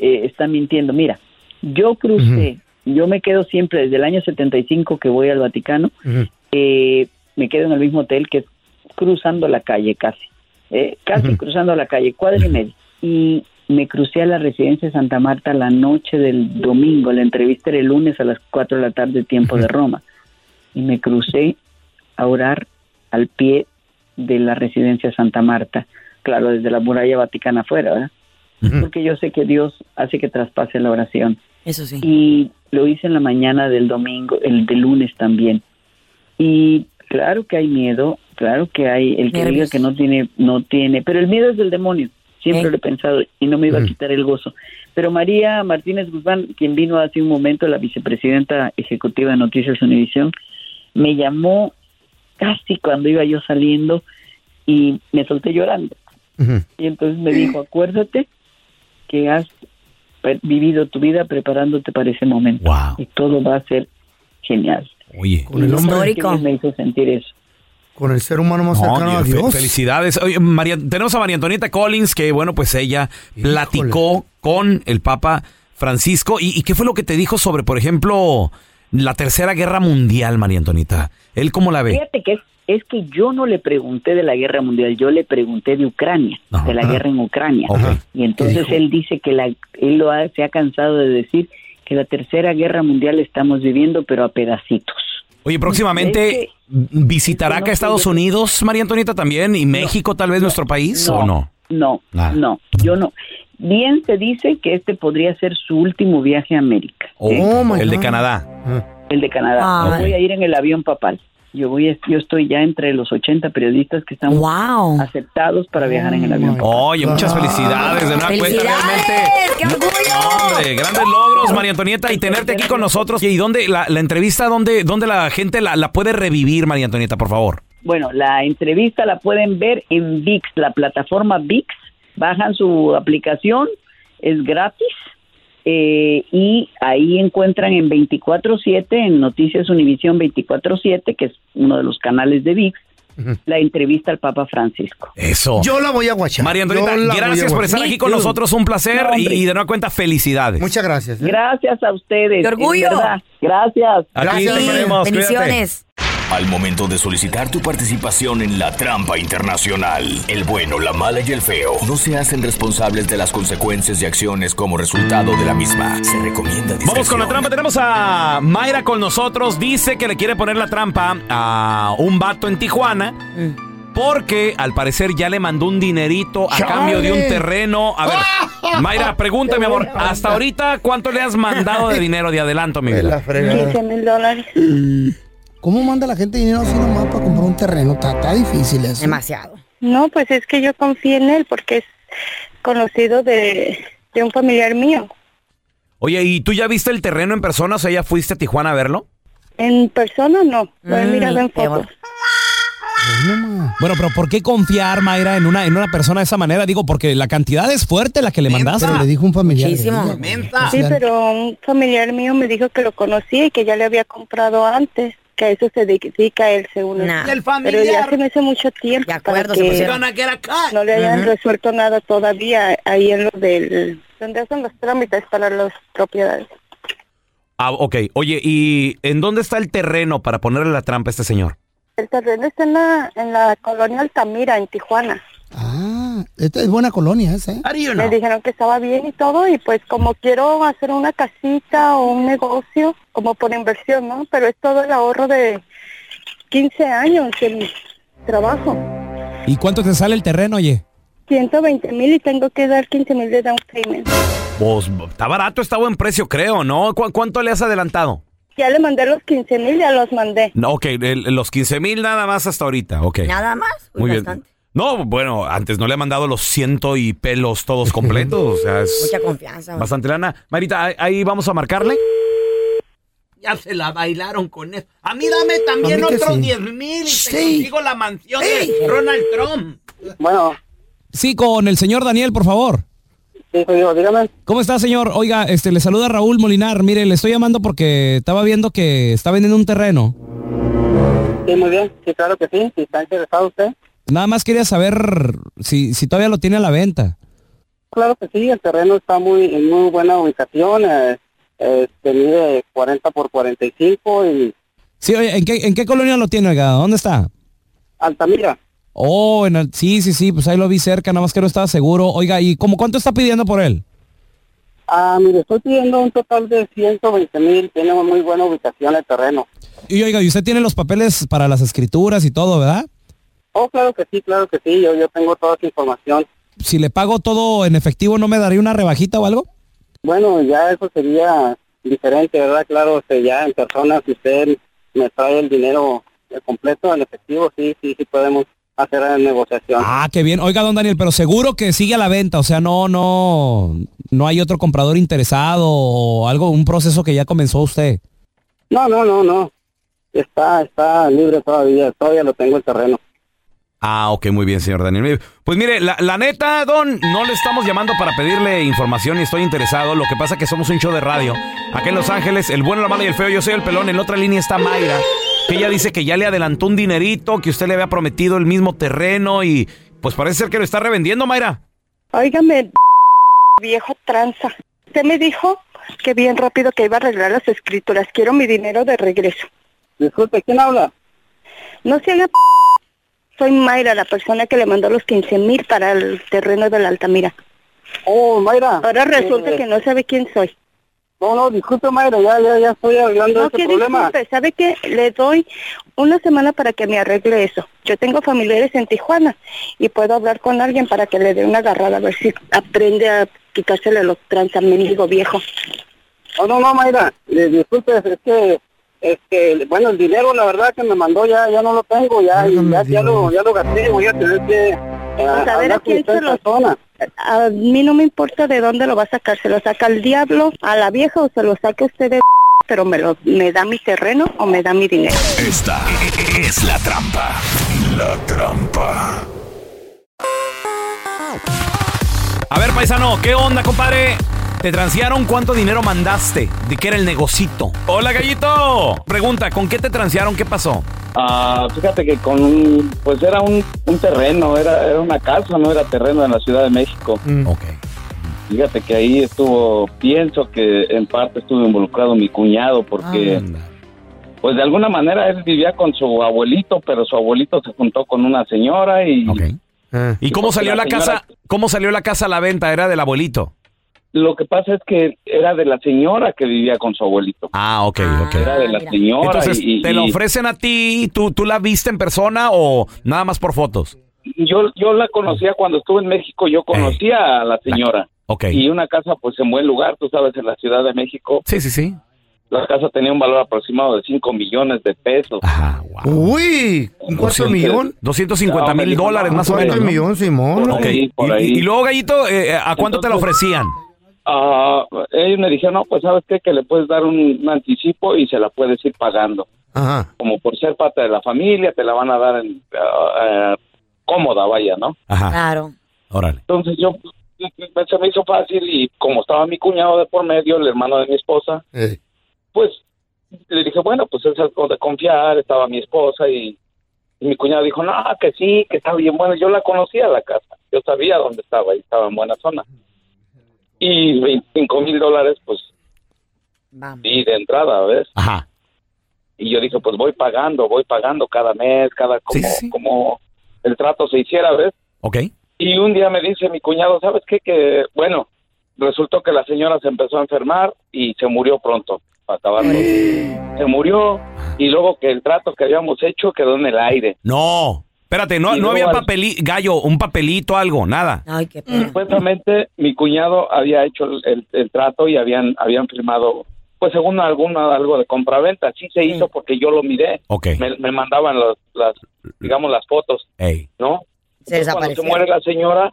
S10: eh, está mintiendo. Mira, yo
S6: crucé,
S10: yo me quedo siempre desde el año 75 que voy al Vaticano, eh, me quedo en el mismo hotel que es cruzando la calle casi, eh, casi cruzando la calle, cuadra y media. Y me crucé a la residencia de Santa Marta la noche del domingo, la entrevista era el lunes a las 4 de la tarde, tiempo de Roma. Y me crucé a orar al pie de la residencia de Santa Marta, claro, desde la muralla vaticana afuera, ¿verdad? Porque yo sé que Dios hace que traspase la oración.
S5: Eso sí.
S10: Y lo hice en la mañana del domingo, el de lunes también. Y claro que hay miedo, claro que hay el que diga
S5: Nervios.
S10: que no tiene, no tiene, pero el miedo es del demonio. Siempre
S5: Eh.
S10: lo he pensado y no me iba a quitar el gozo. Pero María Martínez Guzmán, quien vino hace un momento, la vicepresidenta ejecutiva de Noticias Univisión, me llamó casi cuando iba yo saliendo y me solté llorando. Y entonces me dijo, acuérdate que has pe- vivido tu vida preparándote para ese momento. Y todo va a ser genial.
S1: Oye.
S6: Con el hombre,
S10: me hizo sentir eso.
S6: con el ser humano más
S1: No,
S6: cercano a
S1: Dios, fe-
S6: Dios.
S1: felicidades. Oye, María, tenemos a María Antonieta Collins, que bueno, pues ella platicó con el Papa Francisco. ¿Y, y qué fue lo que te dijo sobre, por ejemplo, la Tercera Guerra Mundial, María Antonieta? ¿Él cómo la ve?
S10: Fíjate que es, es que yo no le pregunté de la guerra mundial, yo le pregunté de Ucrania, de la guerra en Ucrania.
S1: Ok.
S10: Y entonces él dice que la, él lo ha- se ha cansado de decir que la tercera guerra mundial estamos viviendo, pero a pedacitos.
S1: Oye, próximamente
S10: Es que-
S1: visitará
S10: es que no
S1: acá Estados
S10: sé.
S1: Unidos, María Antonieta, también, y México, tal vez nuestro país, ¿o no?
S10: No,
S1: Ah.
S10: no, yo no. Bien se dice que este podría ser su último viaje a América.
S1: O Oh,
S6: Oh
S1: el de Canadá.
S10: el de Canadá.
S1: Ah.
S10: Yo voy a ir en el avión papal. Yo voy, a- yo estoy ya entre los 80 periodistas que están aceptados para viajar en el avión. papal.
S1: Oye, muchas Oh felicidades. De nueva cuenta, realmente.
S5: ¡Qué orgullo!
S1: Hombre, grandes logros, María Antonieta, y tenerte aquí con nosotros. ¿Y dónde la, la entrevista, dónde, dónde la gente la, la puede revivir, María Antonieta, por favor?
S10: Bueno, la entrevista la pueden ver en VIX, la plataforma VIX. Bajan su aplicación, es gratis. eh, y ahí encuentran en 24-7, en Noticias Univisión 24-7, que es uno de los canales de VIX, la entrevista al Papa Francisco.
S1: Eso.
S6: Yo la voy a guachar.
S1: María
S6: Yo
S1: Antonieta,
S6: la voy a
S1: gracias por
S6: guachar.
S1: estar aquí con
S6: Me too.
S1: nosotros. Un placer
S6: No,
S1: y,
S6: hombre.
S1: y de nueva cuenta, felicidades.
S6: Muchas gracias. ¿eh?
S10: Gracias a ustedes.
S6: ¡Qué orgullo!
S10: en verdad. Gracias.
S1: Aquí te queremos, cuídate.
S12: Al momento de solicitar tu participación en la trampa internacional, el bueno, la mala y el feo no se hacen responsables de las consecuencias y acciones como resultado de la misma. Se recomienda
S1: Vamos con la trampa. Tenemos a Mayra con nosotros. Dice que le quiere poner la trampa a un vato en Tijuana.
S6: Mm.
S1: Porque al parecer ya le mandó un dinerito a
S13: ¡Chale!
S1: cambio de un terreno. A ver, Mayra, pregúntame, amor. Hasta ahorita, ¿cuánto le has mandado de dinero de adelanto, mi vida?
S14: mil dólares.
S6: ¿Cómo manda la gente dinero así nomás para comprar un terreno? Está, está difícil eso.
S14: Demasiado. No, pues es que yo confío en él porque es conocido de, de un familiar mío.
S1: Oye, ¿y tú ya viste el terreno en persona? O sea, ¿ya fuiste a Tijuana a verlo?
S14: En persona no, lo he
S6: Mm,
S14: mirado en fotos.
S15: Bueno, pero ¿por qué confiar, Mayra, en una, en una persona de esa manera? Digo, porque la cantidad es fuerte la que le mandaste.
S6: Pero le dijo un familiar. le dijo-
S14: Sí, pero un familiar mío me dijo que lo conocía y que ya le había comprado antes, que a eso se dedica él según él.
S2: Nah. Y el
S14: Pero ya
S2: familiar.
S14: se me hace mucho tiempo
S2: acuerdo,
S14: para
S2: se
S14: que
S2: pusieron. Gonna get a cut.
S14: no le hayan
S2: Ujú.
S14: resuelto nada todavía ahí en lo del donde hacen los trámites para las propiedades.
S1: Ah, ok. Oye, ¿y en dónde está el terreno para ponerle la trampa a este señor?
S14: El terreno está en la, en la colonia Altamira, en Tijuana.
S6: Ah, esta es buena colonia esa, ¿eh?
S14: Me dijeron que estaba bien y todo, y pues como quiero hacer una casita o un negocio, como por inversión, ¿no? Pero es todo el ahorro de 15 años de mi trabajo.
S15: ¿Y cuánto te sale el terreno, oye?
S14: 120 mil y tengo que dar 15 mil de down payment.
S1: Pues está barato, está a buen precio, creo, ¿no? ¿Cu- ¿Cuánto le has adelantado?
S14: Ya le mandé los 15 mil, ya los mandé.
S1: No, ok, el- los 15 mil nada más hasta ahorita, ok.
S14: ¿Nada más?
S1: Muy bien. No, bueno, antes no le ha mandado los ciento y pelos todos completos. o sea, es
S2: Mucha confianza, güey.
S1: Bastante lana. Marita, ahí- ahí vamos a marcarle.
S2: Ya se la bailaron con eso. A mí dame también
S1: A mí que
S2: otros
S1: sí.
S2: 10 mil y te consigo la mansión de Ronald Trump.
S15: Bueno. Sí, con el señor Daniel, por favor. Sí, dígame. ¿Cómo está, señor? Oiga, este, le saluda Raúl Molinar. Mire, le estoy llamando porque estaba viendo que está vendiendo un terreno.
S16: Sí, muy bien. Sí, claro que sí. Si está interesado usted.
S15: Nada más quería saber si, si todavía lo tiene a la venta.
S16: Claro que sí. El terreno está muy en muy buena ubicación. Eh, este, mide 40 por 45 y
S15: Sí, oye, ¿en qué, en qué colonia lo tiene, oiga? ¿Dónde está?
S16: Altamira.
S15: Oh, en el- sí, sí, sí, pues ahí lo vi cerca, nada más que no estaba seguro. Oiga, ¿y como cuánto está pidiendo por él?
S16: Ah, mire, estoy pidiendo un total de 120 mil. Tiene una muy buena ubicación el terreno.
S15: Y oiga, ¿y usted tiene los papeles para las escrituras y todo, verdad?
S16: Oh, claro que sí, claro que sí. Yo, yo tengo toda esa información.
S15: Si le pago todo en efectivo, ¿no me daría una rebajita o algo?
S16: Bueno, ya eso sería diferente, ¿verdad? Claro, o sea, ya en persona, si usted me trae el dinero eh, completo en efectivo, sí, sí, sí podemos hacer la negociación.
S15: Ah, qué bien. Oiga, don Daniel, pero seguro que sigue a la venta, o sea, no, no, no hay otro comprador interesado o algo, un proceso que ya comenzó usted.
S16: No, no, no, no. Está, está libre todavía. Todavía lo tengo el terreno.
S1: Ah, ok, muy bien, señor Daniel. Pues mire, la, la neta, don, no le estamos llamando para pedirle información y estoy interesado. Lo que pasa es que somos un show de radio. Acá en Los Ángeles, el bueno, la mala y el feo, yo soy el pelón. En la otra línea está Mayra, que ella dice que ya le adelantó un dinerito, que usted le había prometido el mismo terreno y pues parece ser que lo está revendiendo, Mayra.
S14: Óigame, viejo tranza. Usted me dijo que bien rápido que iba a arreglar las escrituras. Quiero mi dinero de regreso.
S16: Disculpe, ¿quién habla?
S14: No se haga p- Soy Mayra, la persona que le mandó los 15 mil para el terreno de la Altamira.
S16: Oh, Mayra.
S14: Ahora resulta
S16: Eh,
S14: que no sabe quién soy.
S16: No, no, disculpe, Mayra, ya, ya, ya estoy arreglando
S14: no,
S16: ese
S14: que
S16: problema.
S14: disculpe, ¿sabe qué? Le doy una semana para que me arregle eso. Yo tengo familiares en Tijuana y puedo hablar con alguien para que le dé una agarrada a ver si aprende a quitársele los transamérigo viejo.
S16: No, no, no, Mayra. eh, disculpe, es que, es que, bueno, el dinero, la verdad, que me mandó ya, ya no lo tengo, ya, y ya, ya lo, ya lo gasté, voy a tener que... eh,
S14: Pues a ver a
S16: hablar con
S14: quién
S16: usted
S14: se
S16: en
S14: los...
S16: persona.
S14: A mí no me importa de dónde lo va a sacar, se lo saca el diablo, a la vieja o se lo saca usted de... Pero me, lo, me da mi terreno o me da mi dinero.
S12: Esta es la trampa. La trampa.
S1: A ver, paisano, ¿qué onda, compadre? ¿Te transearon cuánto dinero mandaste? ¿De qué era el negocito? Hola, gallito. Pregunta, ¿con qué te transearon? ¿Qué pasó?
S17: Ah, fíjate que con un, pues era un, un terreno, era, era una casa, no era terreno en la Ciudad de México.
S1: Mm.
S17: Fíjate que ahí
S6: Ah.
S17: estuvo, pienso que en parte estuvo involucrado mi cuñado porque pues de alguna manera él vivía con su abuelito, pero su abuelito se juntó con una señora y...
S1: Ah. ¿Y cómo
S17: pues,
S1: salió la
S17: señora-
S1: casa? ¿Cómo salió la casa a la venta? Era del abuelito.
S17: Lo que pasa es que era de la señora que vivía con su abuelito.
S1: Ah, ok, ok.
S17: Era de la señora.
S1: Entonces,
S17: y- y-
S1: ¿te la
S17: y-
S1: ofrecen a ti? ¿Tú, ¿Tú la viste en persona o nada más por fotos?
S17: yo, yo la conocía cuando estuve en México, yo conocía a la señora.
S1: Ok.
S17: Y una casa, pues en buen lugar, tú sabes, en la Ciudad de México.
S1: Sí, sí, sí.
S17: La casa tenía un valor aproximado de 5 millones de pesos.
S1: Ajá,
S6: Uy, un cuarto millón.
S1: 250
S17: Ah,
S1: mil dólares, más o menos.
S6: Un
S1: ¿no?
S6: cuarto millón, Simón.
S1: Ok.
S17: ahí, por
S1: Y-
S17: ahí.
S1: Y, y luego, Gallito, eh, ¿a cuánto te la
S17: Entonces-
S1: ofrecían?
S17: Ah, ellos me dijeron, no, pues sabes qué, que le puedes dar un, un anticipo y se la puedes ir pagando.
S6: Ajá.
S17: Como por ser parte de la familia, te la van a dar en, ah, ah, cómoda, vaya, ¿no?
S5: Ah. Claro.
S17: Entonces yo pues, se me hizo fácil y como estaba mi cuñado de por medio, el hermano de mi esposa, pues le dije, bueno, pues es algo de confiar, estaba mi esposa y, y mi cuñado dijo, no, que sí, que está bien bueno. Yo la conocía la casa, yo sabía dónde estaba y estaba en buena zona. Y 25 mil dólares, pues, y de entrada, ¿ves?
S1: Ajá.
S17: Y yo dije, pues voy pagando, voy pagando cada mes, cada como, como el trato se hiciera, ¿ves?
S1: Ok.
S17: Y un día me dice mi cuñado, ¿sabes qué? Que, bueno, resultó que la señora se empezó a enfermar y se murió pronto, para acabarlo. Se murió y luego que el trato que habíamos hecho quedó en el aire.
S1: No. Espérate, no,
S17: Y luego
S1: no había
S17: al-
S1: papelito, gallo, un papelito, algo, nada.
S17: Supuestamente mi cuñado había hecho el, el- el trato y habían, habían firmado, pues según alguna, algo de compraventa. Sí se hizo porque yo lo miré.
S1: Ok.
S17: Me, me mandaban los- las, digamos, las fotos.
S1: Ey.
S17: ¿no?
S5: Se
S17: Entonces, cuando se
S5: desaparecieron.
S17: muere la señora,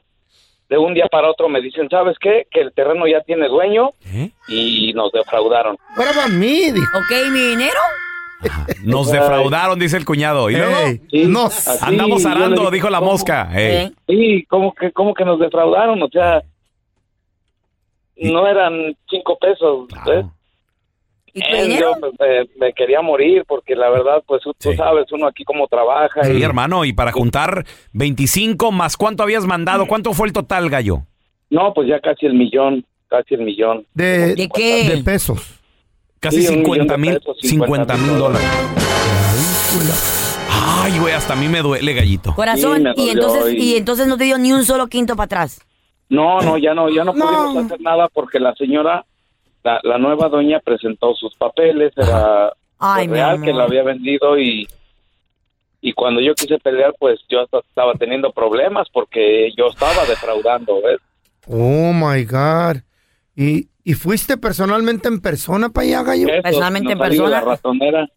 S17: de un día para otro me dicen, ¿sabes qué? Que el terreno ya tiene dueño y nos defraudaron.
S6: Fuera para mí, dijo.
S5: Ok, ¿y mi dinero?
S1: Nos defraudaron, dice el cuñado. Y luego
S17: nos
S1: andamos arando, dijo la mosca. Ah, Ey.
S17: Sí, ¿cómo que, cómo que nos defraudaron? O sea, no eran cinco pesos, ¿ves? Eh,
S2: dinero?
S17: yo, pues, eh, me, quería morir porque la verdad, pues tú tú sabes, uno aquí cómo trabaja.
S1: Sí,
S17: y-
S1: hermano, y para juntar 25 más cuánto habías mandado, ¿cuánto fue el total, gallo?
S17: No, pues ya casi el millón, casi el millón.
S6: De, De pesos.
S1: Casi
S17: Sí, un millón
S1: 50
S17: de
S1: mil,
S17: pesos,
S1: 50 mil dólares. Ay, güey, hasta a mí me duele, gallito.
S5: Corazón, y entonces, y entonces no te dio ni un solo quinto para atrás.
S17: No, no, ya no, ya no, pudimos hacer nada porque la señora, la, la nueva doña presentó sus papeles, era pues,
S5: Ay, mi
S17: real
S5: amor.
S17: que la había vendido y y cuando yo quise pelear, pues yo hasta estaba teniendo problemas porque yo estaba defraudando, ¿ves?
S6: Oh my God. ¿Y, y fuiste personalmente en persona para allá, gallo?
S17: Eso, no salió la ratonera.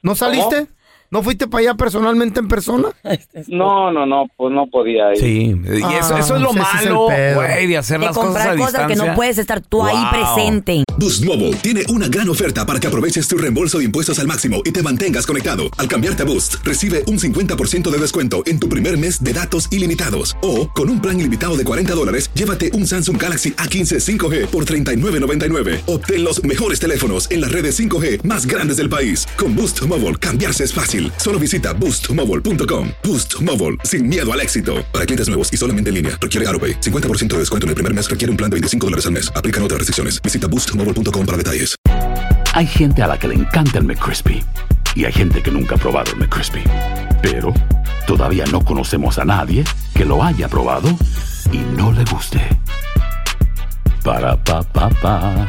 S6: ¿No saliste? ¿No fuiste para allá personalmente en persona?
S17: No, no, no, pues no podía ir.
S1: Sí, y eso- eso Ah, es lo
S6: Ah, ese es el
S1: malo,
S6: pedo.
S1: güey, de hacer
S5: De
S1: las cosas
S5: comprar
S1: a
S5: cosas que no
S18: distancia.
S5: puedes estar tú ahí
S18: Wow.
S5: presente.
S18: Boost Mobile tiene una gran oferta para que aproveches tu reembolso de impuestos al máximo y te mantengas conectado. Al cambiarte a Boost, recibe un 50% de descuento en tu primer mes de datos ilimitados. O, con un plan ilimitado de 40 dólares, llévate un Samsung Galaxy A15 5G por $39.99. Obtén los mejores teléfonos en las redes 5G más grandes del país. Con Boost Mobile, cambiarse es fácil. Solo visita boostmobile.com. Boost Mobile, sin miedo al éxito. Para clientes nuevos y solamente en línea, requiere AroPay. 50% de descuento en el primer mes requiere un plan de 25 dólares al mes. Aplican otras restricciones. Visita boostmobile.com para detalles.
S19: Hay gente a la que le encanta el McCrispy y hay gente que nunca ha probado el McCrispy. Pero todavía no conocemos a nadie que lo haya probado y no le guste. Para pa pa pa.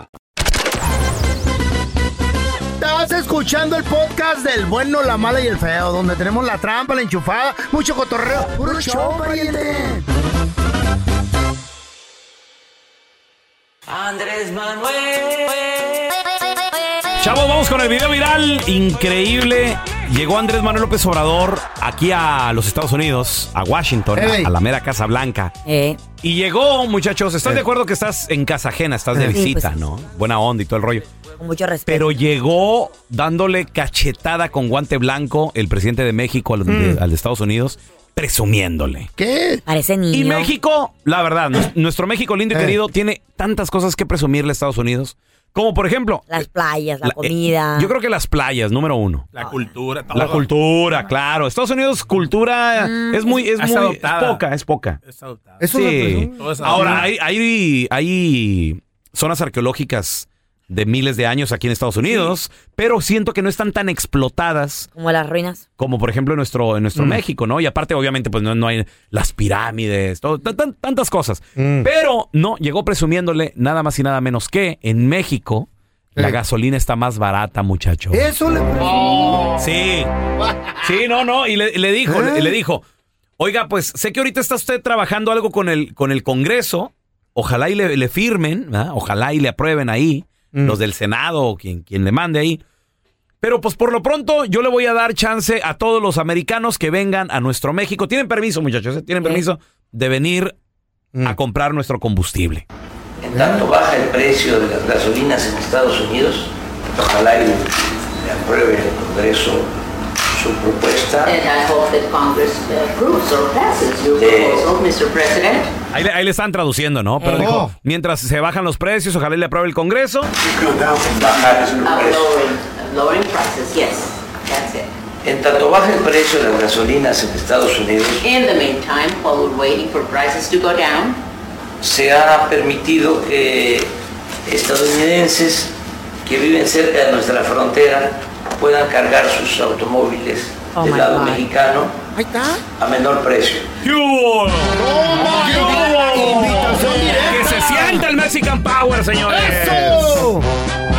S6: Estás escuchando el podcast del bueno, la mala y el feo, donde tenemos la trampa, la enchufada, mucho cotorreo. ¡Puro show, pariente!
S2: Andrés Manuel.
S1: Chavos, vamos con el video viral increíble Llegó Andrés Manuel López Obrador aquí a los Estados Unidos, a Washington, a-
S5: Ey.
S1: a, la mera Casa Blanca.
S5: Eh.
S1: Y llegó, muchachos, ¿estás de acuerdo que estás en casa ajena, estás de
S5: Sí,
S1: visita,
S5: pues.
S1: no? Buena onda y todo el rollo.
S5: Con mucho respeto.
S1: Pero llegó dándole cachetada con guante blanco el presidente de México al, de,
S5: Mm.
S1: al de Estados Unidos, presumiéndole.
S5: ¿Qué? Parece niño.
S1: Y México, la verdad, nues- nuestro México lindo y
S5: Eh.
S1: querido tiene tantas cosas que presumirle a Estados Unidos, como por ejemplo...
S5: Las playas, la,
S1: la- eh,
S5: comida.
S1: Yo creo que las playas, número uno.
S13: La cultura, todo.
S1: La cultura, claro. Estados Unidos, cultura
S5: Mm.
S1: es muy, es
S13: Es
S1: muy
S13: adoptada.
S1: es poca, es poca.
S13: Es adoptada.
S1: Sí.
S13: Todo es adoptado.
S1: Ahora, hay, hay, hay zonas arqueológicas de miles de años aquí en Estados Unidos, pero siento que no están tan explotadas
S5: Como las ruinas.
S1: como por ejemplo en nuestro, en nuestro
S5: Mm.
S1: México, ¿no? Y aparte, obviamente, pues no, no hay las pirámides, todo, tan- tan- tantas cosas. Pero no, llegó presumiéndole nada más y nada menos que en México la gasolina está más barata, muchachos.
S6: Eso le
S1: Sí. Sí, no, no. Y le, le dijo,
S6: ¿Eh?
S1: le, le dijo, oiga, pues sé que ahorita está usted trabajando algo con el, con el Congreso. Ojalá y le, le firmen, ¿verdad? ojalá y le aprueben ahí, los del Senado o quien, quien le mande ahí. Pero pues por lo pronto yo le voy a dar chance a todos los americanos que vengan a nuestro México. Tienen permiso, muchachos, ¿eh? tienen permiso de venir a comprar nuestro combustible.
S11: En tanto baja el precio de las gasolinas en Estados Unidos, ojalá y le apruebe el Congreso su propuesta.
S20: And I hope that Congress uh, approves or passes your proposal, Mr. President.
S1: Ahí, le- ahí le están traduciendo, ¿no? Pero
S20: Eh.
S1: dijo, mientras se bajan los precios, ojalá y le apruebe el Congreso.
S11: Bajar su precio.
S20: Of lowering prices, yes, that's it.
S11: En tanto baja el precio de las gasolinas en Estados Unidos,
S20: In the meantime, while we're waiting for prices to go down,
S11: se ha permitido que estadounidenses que viven cerca de nuestra frontera puedan cargar sus automóviles
S20: Oh,
S11: del
S20: my
S11: lado
S20: God.
S11: mexicano a menor precio.
S1: ¡Que se sienta el Mexican Power, señores!
S6: ¡Eso!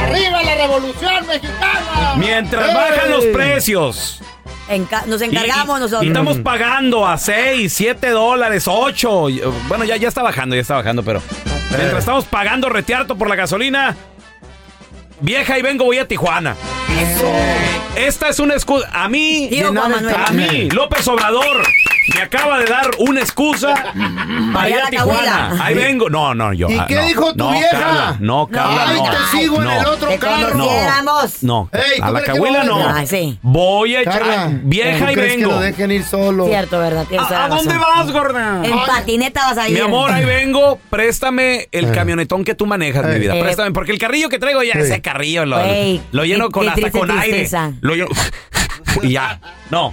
S6: ¡Arriba la revolución mexicana!
S1: Mientras
S6: ¡Ey!
S1: bajan los precios.
S5: Enca- nos encargamos
S1: Y- y-
S5: nosotros. Mm,
S1: y estamos pagando a 6, 7 dólares, 8. Bueno, ya, ya está bajando, ya está bajando, pero.
S6: Eh.
S1: Mientras estamos pagando retiarto por la gasolina. Vieja y vengo, voy a Tijuana. Esta es una excusa. A mí,
S13: Tío Juan Manuel.
S1: a mí, López Obrador, me acaba de dar una excusa para ir
S13: Allá
S1: a
S13: la
S1: Tijuana.
S13: cahuila.
S1: Ahí vengo. No, no, yo.
S13: ¿Y
S1: ah,
S13: qué
S1: no,
S13: dijo tu
S1: no,
S13: vieja?
S1: Carla, no, Carla,
S13: Ay,
S1: no.
S13: te sigo en
S1: no.
S13: el otro Te carro.
S1: No,
S5: conociéramos.
S1: no.
S6: Ey, ¿tú
S1: a la
S6: crees que
S1: cahuila
S6: lo
S1: no.
S6: dejan? Ah,
S1: Voy a
S6: Carla,
S1: echar. Vieja
S6: ¿tú
S1: y
S6: crees
S1: vengo.
S6: que lo dejen ir solo?
S5: Cierto, ¿verdad? Tienes toda
S6: ¿A- a
S5: la
S6: dónde
S5: razón.
S6: vas, gorda?
S5: En
S6: Ay.
S5: patineta vas a ir.
S1: Mi amor, ahí vengo, préstame el camionetón que tú manejas, mi vida.
S5: Eh.
S1: Préstame, porque el carrillo que traigo ya,
S5: Sí.
S1: ese carrillo lo,
S5: Güey,
S1: lo lleno
S5: qué-
S1: con
S5: qué
S1: hasta
S5: triste
S1: con aire.
S5: tristeza.
S1: Lo lleno- y ya. No.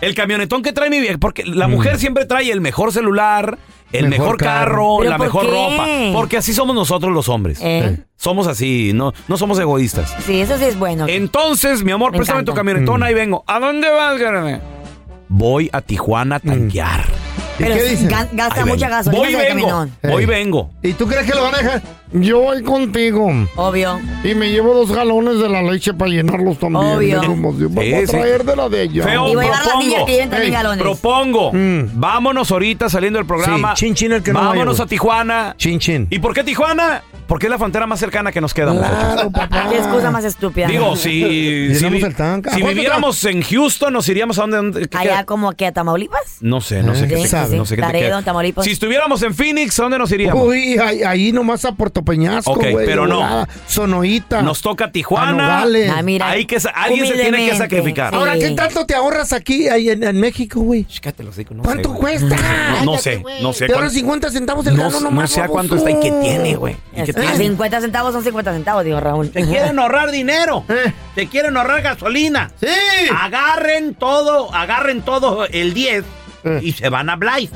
S1: El camionetón que trae mi vieja, porque la
S5: Mm.
S2: Mm.
S1: mujer siempre trae el mejor celular, el
S13: Mejor
S1: mejor,
S13: carro.
S1: carro,
S13: ¿Pero
S1: la
S13: por
S1: mejor
S13: qué?
S1: ropa. Porque así somos nosotros los hombres.
S5: Eh.
S1: Somos así, no, no somos egoístas.
S5: Sí, eso sí es bueno.
S1: Entonces, mi amor, préstame tu
S5: Mm.
S1: camionetón, ahí vengo. ¿A dónde vas, Garame? Voy a Tijuana a tanquear.
S5: Pero sí, ga- gasta
S1: Ahí
S5: mucha
S1: vengo.
S5: gasolina
S1: Voy
S5: ese
S1: vengo.
S5: camionón.
S1: Voy vengo.
S6: ¿Y tú crees que lo van a dejar? Yo voy contigo.
S5: Obvio.
S6: Y me llevo dos galones de la leche para llenarlos también.
S5: Obvio.
S6: Como Dios,
S1: Sí,
S6: voy a
S1: sí.
S6: traer de la de ella. Mm.
S1: Feo,
S5: Y voy a llevar a las niñas
S1: propongo.
S5: que lleven también
S1: Ey,
S5: galones.
S1: Propongo. Vámonos ahorita saliendo del programa.
S6: Sí, chin, chin el que no
S1: Vámonos
S6: vaya,
S1: a Tijuana.
S6: Chin, chin.
S1: ¿Y por qué Tijuana? Porque es la frontera más cercana que nos queda. a nosotros.
S5: Qué excusa más estúpida.
S1: Digo, si, si,
S6: Llenamos
S1: vi-
S6: el tanque. ¿A
S1: si
S6: cuánto
S1: viviéramos en Houston, nos iríamos a donde... dónde- qué
S5: Allá
S1: queda?
S5: como que a Tamaulipas.
S1: no sé, no sé
S6: Ah,
S5: Sí,
S1: qué te-
S5: sí, sí.
S1: no sé qué te
S5: Laredo,
S1: queda.
S5: Tamaulipas.
S1: Si estuviéramos en Phoenix, ¿a dónde nos iríamos?
S6: Uy, ahí, ahí nomás a Puerto Peñasco,
S1: Ok,
S6: güey.
S1: pero no.
S6: volada. Sonoita.
S1: Nos toca
S6: A
S1: Tijuana.
S6: Nogales.
S5: Ah,
S1: Ahí que sa- alguien se tiene que
S6: Humildemente,
S1: sacrificar.
S6: Ahora, ¿qué tanto te ahorras aquí ahí en, en México, güey? ¿Cuánto
S1: güey.
S6: cuesta?
S1: No, no sé, no sé.
S6: Te
S1: cuál-
S6: ahorras 50 centavos el
S1: No
S6: galón
S1: sé-
S6: nomás.
S1: no sé a
S6: baboso.
S1: cuánto está y qué tiene, güey. ¿Y qué
S5: Eso, 50 centavos son 50 centavos, dijo Raúl.
S21: Te quieren ahorrar dinero.
S5: Eh.
S21: Te quieren ahorrar gasolina.
S6: Sí.
S21: Agarren todo, agarren todo el 10
S5: Eh.
S21: y se van a Blythe.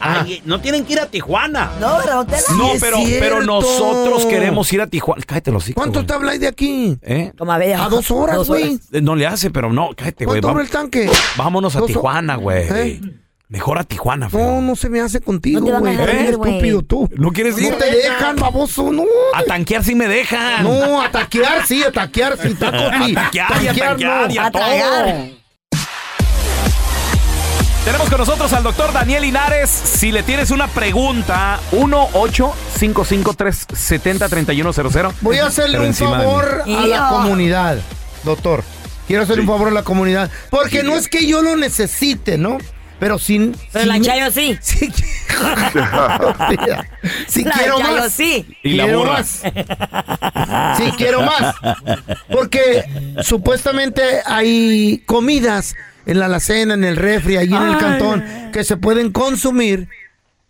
S21: Ay, no tienen que ir a Tijuana.
S5: Ah. No, Raúl,
S1: No, pero, pero nosotros queremos ir a Tijuana. Cállate los hijos.
S6: ¿Cuánto está Blay de aquí?
S1: ¿Eh?
S5: Como a, ver,
S6: A dos horas,
S5: dos
S6: güey.
S1: Eh, No le hace, pero no, cállate, güey.
S6: ¿Cuánto
S1: Vam-
S6: abre el tanque?
S1: Vámonos a
S6: Dos-
S1: Tijuana, güey.
S6: ¿Eh?
S1: Mejor a Tijuana, güey.
S6: No, no se me hace contigo, güey. Eres estúpido tú.
S1: ¿No quieres ir?
S6: No te dejan, baboso, no.
S1: A tanquear sí me dejan.
S6: No, a taquear sí, a taquear sí, tacos sí.
S1: A taquear y a tanquear y a
S6: no.
S1: todo. Tenemos con nosotros al doctor Daniel Linares. Si le tienes una pregunta, 1 855 370 3100
S6: Voy a hacerle un favor a la comunidad, doctor. Quiero hacer un favor a la comunidad. Porque no es que yo lo necesite, ¿no? Pero sin.
S5: Pero la Chayo sí.
S6: Sí. Si
S5: La
S6: quiero
S5: Chayo
S6: más.
S5: sí.
S6: Y la Quiero burra. más. Sí, quiero más. Porque supuestamente hay comidas en la alacena, en el refri, allí en el
S22: Ay.
S6: cantón, que se pueden consumir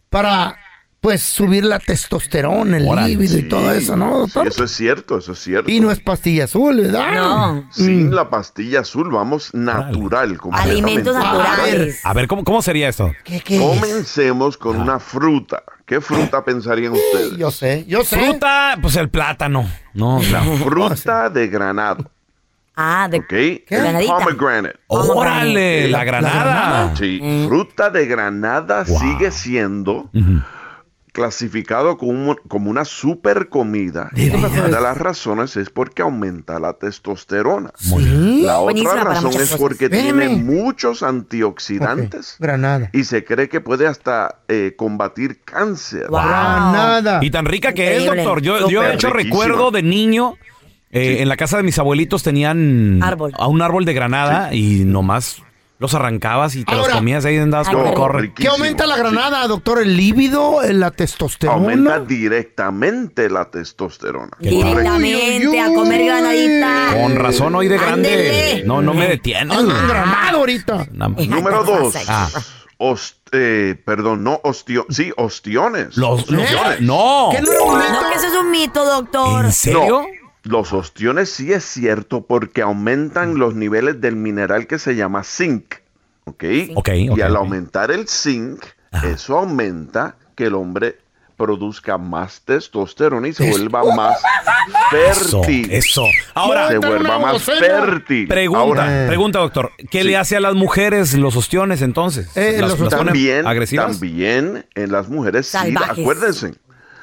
S6: para, pues, subir la testosterona, el
S22: Órale.
S6: líbido y todo
S22: Sí,
S6: eso, ¿no?
S22: sí, eso es cierto, eso es cierto.
S6: Y no es pastilla azul, ¿verdad? Mm.
S5: No.
S22: Sin la pastilla azul, vamos natural. completamente.
S5: Alimentos naturales.
S1: A ver, ¿cómo, cómo sería esto?
S22: Comencemos con una fruta. ¿Qué fruta pensarían ustedes?
S6: Yo sé, yo sé.
S1: Fruta, pues el plátano. No, claro.
S22: Fruta de granado.
S5: Ah, de
S22: ¿Ok? Pomegranate.
S1: ¡Órale! La granada.
S22: Sí,
S5: Eh.
S22: fruta de granada sigue siendo clasificado como, como una super comida. Y una de las razones es porque aumenta la testosterona. La
S6: Buenísima
S22: otra
S6: para
S22: razón
S6: muchas
S22: es
S6: cosas.
S22: porque
S6: Espérame.
S22: tiene muchos antioxidantes
S6: Granada.
S22: y se cree que puede hasta eh, combatir cáncer.
S6: Granada.
S1: Y tan rica que es,
S22: Increíble.
S1: doctor. Yo, yo
S22: Súper
S1: de hecho
S22: riquísima.
S1: recuerdo de niño, eh, en la casa de mis abuelitos tenían
S22: Árbol.
S1: a un árbol de granada y nomás los arrancabas y te
S6: Ahora-
S1: los comías ahí andabas
S6: No,
S1: corre, corre.
S6: ¿Qué aumenta la granada, doctor? ¿El líbido? eh, ¿La testosterona?
S22: Aumenta directamente la testosterona.
S5: Directamente a comer granadita.
S1: Con razón hoy de grande.
S5: Ándele.
S1: No, no me detienes.
S6: Granado ahorita.
S22: Número dos. Os- eh, perdón, no ostio, sí, ostiones. Los,
S1: no.
S5: No, que eso es un mito, doctor.
S22: Los ostiones sí es cierto porque
S1: Mm.
S22: aumentan los niveles del mineral que se llama zinc. ¿Ok?
S1: Ok,
S22: y
S1: ok,
S22: al
S1: ok.
S22: aumentar el zinc, eso aumenta que el hombre produzca más testosterona y se vuelva más
S1: Eso,
S22: fértil.
S1: eso. Ahora,
S22: se vuelva más fértil.
S1: Pregunta,
S22: Ahora,
S1: pregunta, doctor. ¿Qué le hace a las mujeres los ostiones entonces?
S6: Eh,
S1: ¿Las, las pone
S22: también,
S1: agresivas?
S22: también en las mujeres, sí,
S1: Salvajes.
S22: acuérdense,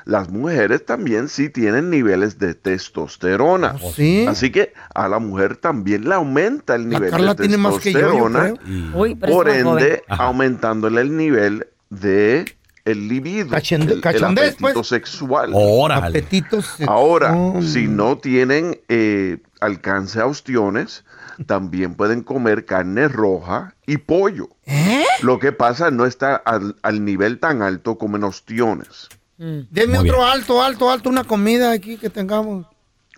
S22: las mujeres también sí tienen niveles de testosterona.
S6: Oh,
S22: Así que a la mujer también le aumenta el nivel
S6: Carla
S22: de
S6: tiene más que yo, yo
S22: testosterona.
S6: creo. Uy, pero es
S22: por
S6: más joven.
S22: ende,
S6: Ajá.
S22: aumentándole el nivel de el libido, el- el,
S6: cachondez, pues.
S22: apetito sexual.
S6: Apetito
S22: Ahora, si no tienen eh, alcance a ostiones, también pueden comer carne roja y pollo.
S6: ¿Eh?
S22: Lo que pasa no está al, al nivel tan alto como en ostiones.
S6: Deme otro alto, alto, alto, una comida aquí que tengamos.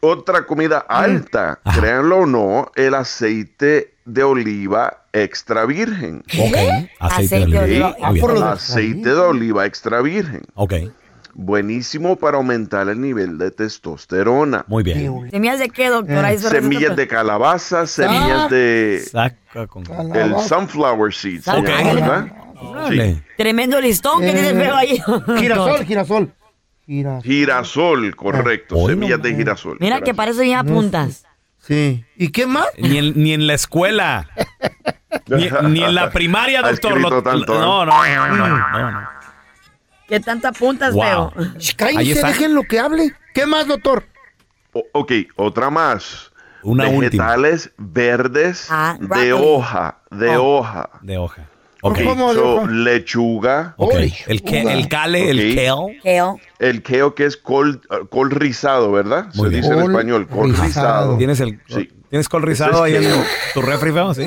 S22: Otra comida
S6: Mm.
S22: alta, créanlo o no, el aceite de oliva extra virgen.
S6: Aceite de oliva.
S22: Sí,
S6: Ah, por lo de-
S22: aceite de oliva extra virgen.
S1: Ok.
S22: Buenísimo para aumentar el nivel de testosterona.
S1: Muy
S22: bien.
S5: ¿Semillas de qué, doctor? Ahí este se
S22: Eh, Semillas de calabaza, semillas de el
S5: Calabaza.
S22: sunflower seed, se
S5: Ok.
S22: llama, ¿verdad? Sí.
S5: Tremendo listón que tiene el feo ahí.
S6: Girasol, girasol.
S22: Girasol, correcto, semillas de girasol.
S5: Mira que para eso ya apuntas.
S6: Sí. ¿Y qué más?
S1: Ni en, ni en la escuela. ni, ni en la primaria,
S22: Ha
S1: doctor.
S22: escrito
S1: lo-
S22: tanto,
S1: lo-
S22: ¿eh?
S1: no, no, no, no, no.
S5: ¿Qué tanto apuntas,
S22: Wow.
S5: feo?
S6: Sh,
S22: Ahí
S6: Cállense,
S22: está.
S6: dejen lo que hable. ¿Qué más, doctor?
S22: O- ok, otra más.
S1: Una última.
S22: Vegetales verdes de
S1: broccoli.
S22: hoja, de
S1: Oh.
S22: hoja.
S1: De hoja.
S22: Ok,
S1: ¿Cómo de
S22: so,
S1: hoja?
S22: lechuga.
S1: Ok, el ke- el cale, el kale.
S5: Keo.
S22: El kale que es col, uh, col rizado, ¿verdad? Se dice en
S1: Col
S22: español, col
S1: rizado.
S22: rizado. Este
S1: Tienes el ¿Tienes col rizado ahí en tu refri, feo? Sí.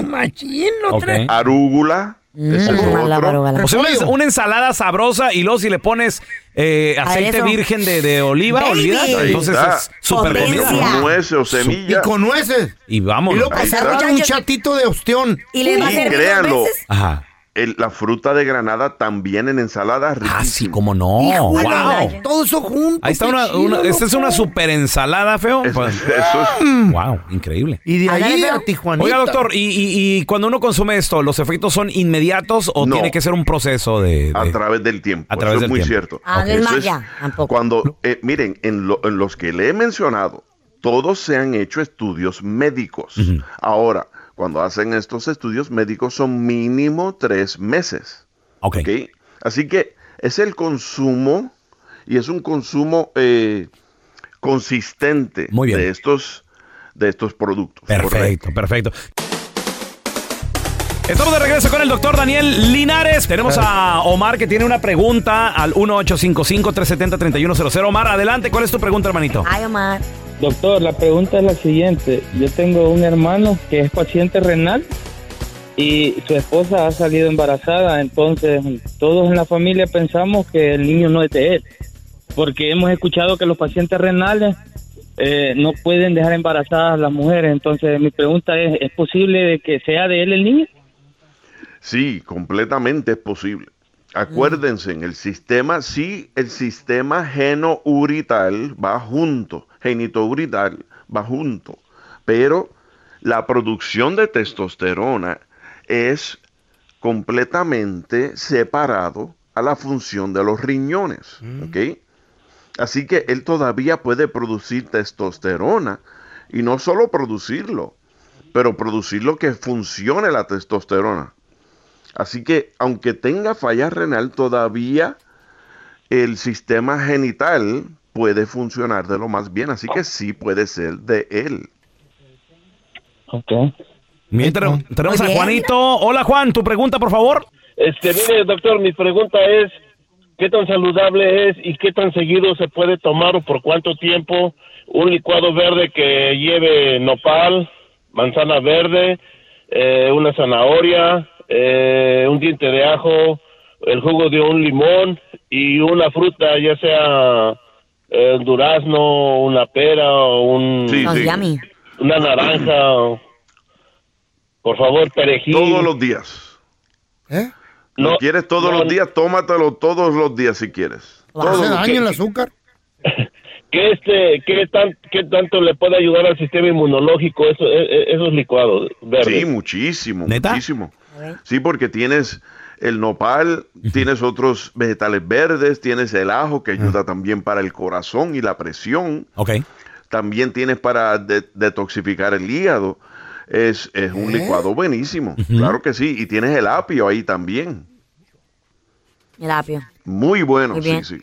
S1: Ok.
S22: Arúgula. ese es
S1: Mm.
S22: otro.
S1: O sea, una, una ensalada sabrosa y luego si le pones eh, aceite
S22: Aderezo.
S1: virgen de, de oliva,
S22: Baby.
S1: olvidas.
S22: Ahí
S1: Entonces
S22: está.
S1: es súper
S22: Potencia.
S1: comida.
S22: Con nueces o semillas.
S6: Y con nueces.
S1: Y vamos.
S6: Y luego pasar un chatito de ostión.
S5: Y le va a
S22: Y
S5: servir
S22: créanlo.
S5: dos veces.
S22: el- la fruta de granada también en ensalada riquísima. Ah, sí,
S1: cómo no.
S6: Híjole,
S1: wow.
S6: Todo eso junto.
S1: Ahí está
S6: qué
S1: una,
S6: chido,
S1: una- esta es
S6: loco.
S1: una super ensalada, feo. Wow, increíble.
S6: Y de ahí a Tijuana.
S1: Oiga, doctor, y, y- y cuando uno consume esto, ¿los efectos son inmediatos o
S22: No.
S1: tiene que ser un proceso de...?
S22: A través del tiempo.
S1: A través
S22: Eso es
S1: del
S22: muy
S1: tiempo.
S22: cierto.
S5: Ah, no es
S22: Eso
S5: magia,
S22: Cuando, eh, miren, en, lo- en los que le he mencionado, todos se han hecho estudios médicos. Ahora, cuando hacen estos estudios médicos son mínimo tres meses. ¿ok? Así que es el consumo y es un consumo eh, consistente de estos de estos productos.
S1: Perfecto, perfecto. Estamos de regreso con el doctor Daniel Linares. Tenemos a Omar que tiene una
S5: Ah,
S1: pregunta al 1855-370-3100. Omar, adelante. ¿Cuál es tu pregunta, hermanito?
S5: Ay, Omar.
S7: Doctor, la pregunta es la siguiente. Yo tengo un hermano que es paciente renal y su esposa ha salido embarazada, entonces todos en la familia pensamos que el niño no es de él, porque hemos escuchado que los pacientes renales eh, no pueden dejar embarazadas las mujeres, entonces mi pregunta es, ¿es posible de que sea de él el niño?
S22: Sí, completamente es posible. Acuérdense, en el sistema, sí, el sistema genourital va junto, genitourital va junto, pero la producción de testosterona es completamente separado a la función de los riñones, ¿ok? Así que él todavía puede producir testosterona y no solo producirlo, pero producir lo que funcione la testosterona. Así que aunque tenga falla renal, todavía el sistema genital puede funcionar de lo más bien. Así que sí puede ser de él.
S7: Ok.
S1: Mientras tenemos a
S7: Muy bien.
S1: Juanito. Hola Juan, tu pregunta por favor.
S23: Este, mire, doctor, mi pregunta es, ¿qué tan saludable es y qué tan seguido se puede tomar o por cuánto tiempo un licuado verde que lleve nopal, manzana verde, eh, una zanahoria, eh, un diente de ajo, el jugo de un limón y una fruta, ya sea eh, durazno, una pera o un...
S22: Sounds sí. yummy.
S23: Una naranja, o- por favor, perejil.
S22: Todos los días.
S6: ¿Eh?
S22: ¿Lo
S23: No,
S22: quieres todos
S23: no,
S22: los días? Tómatelo todos los días si quieres. Todos
S6: ¿Hace
S22: los
S6: daño el azúcar?
S23: ¿Qué, este, qué, tan, ¿Qué tanto le puede ayudar al sistema inmunológico eso, e- e- esos licuados verdes?
S22: Sí, muchísimo, muchísimo. Sí, porque tienes el nopal, tienes otros vegetales verdes, tienes el ajo que ayuda también para el corazón y la presión.
S1: Ok.
S22: También tienes para de- detoxificar el hígado. Es, es un
S6: ¿Eh?
S22: licuado buenísimo,
S6: Ujú.
S22: claro que sí. Y tienes el apio ahí también.
S5: El apio.
S22: Muy bueno,
S5: Muy
S22: sí,
S5: bien.
S22: sí.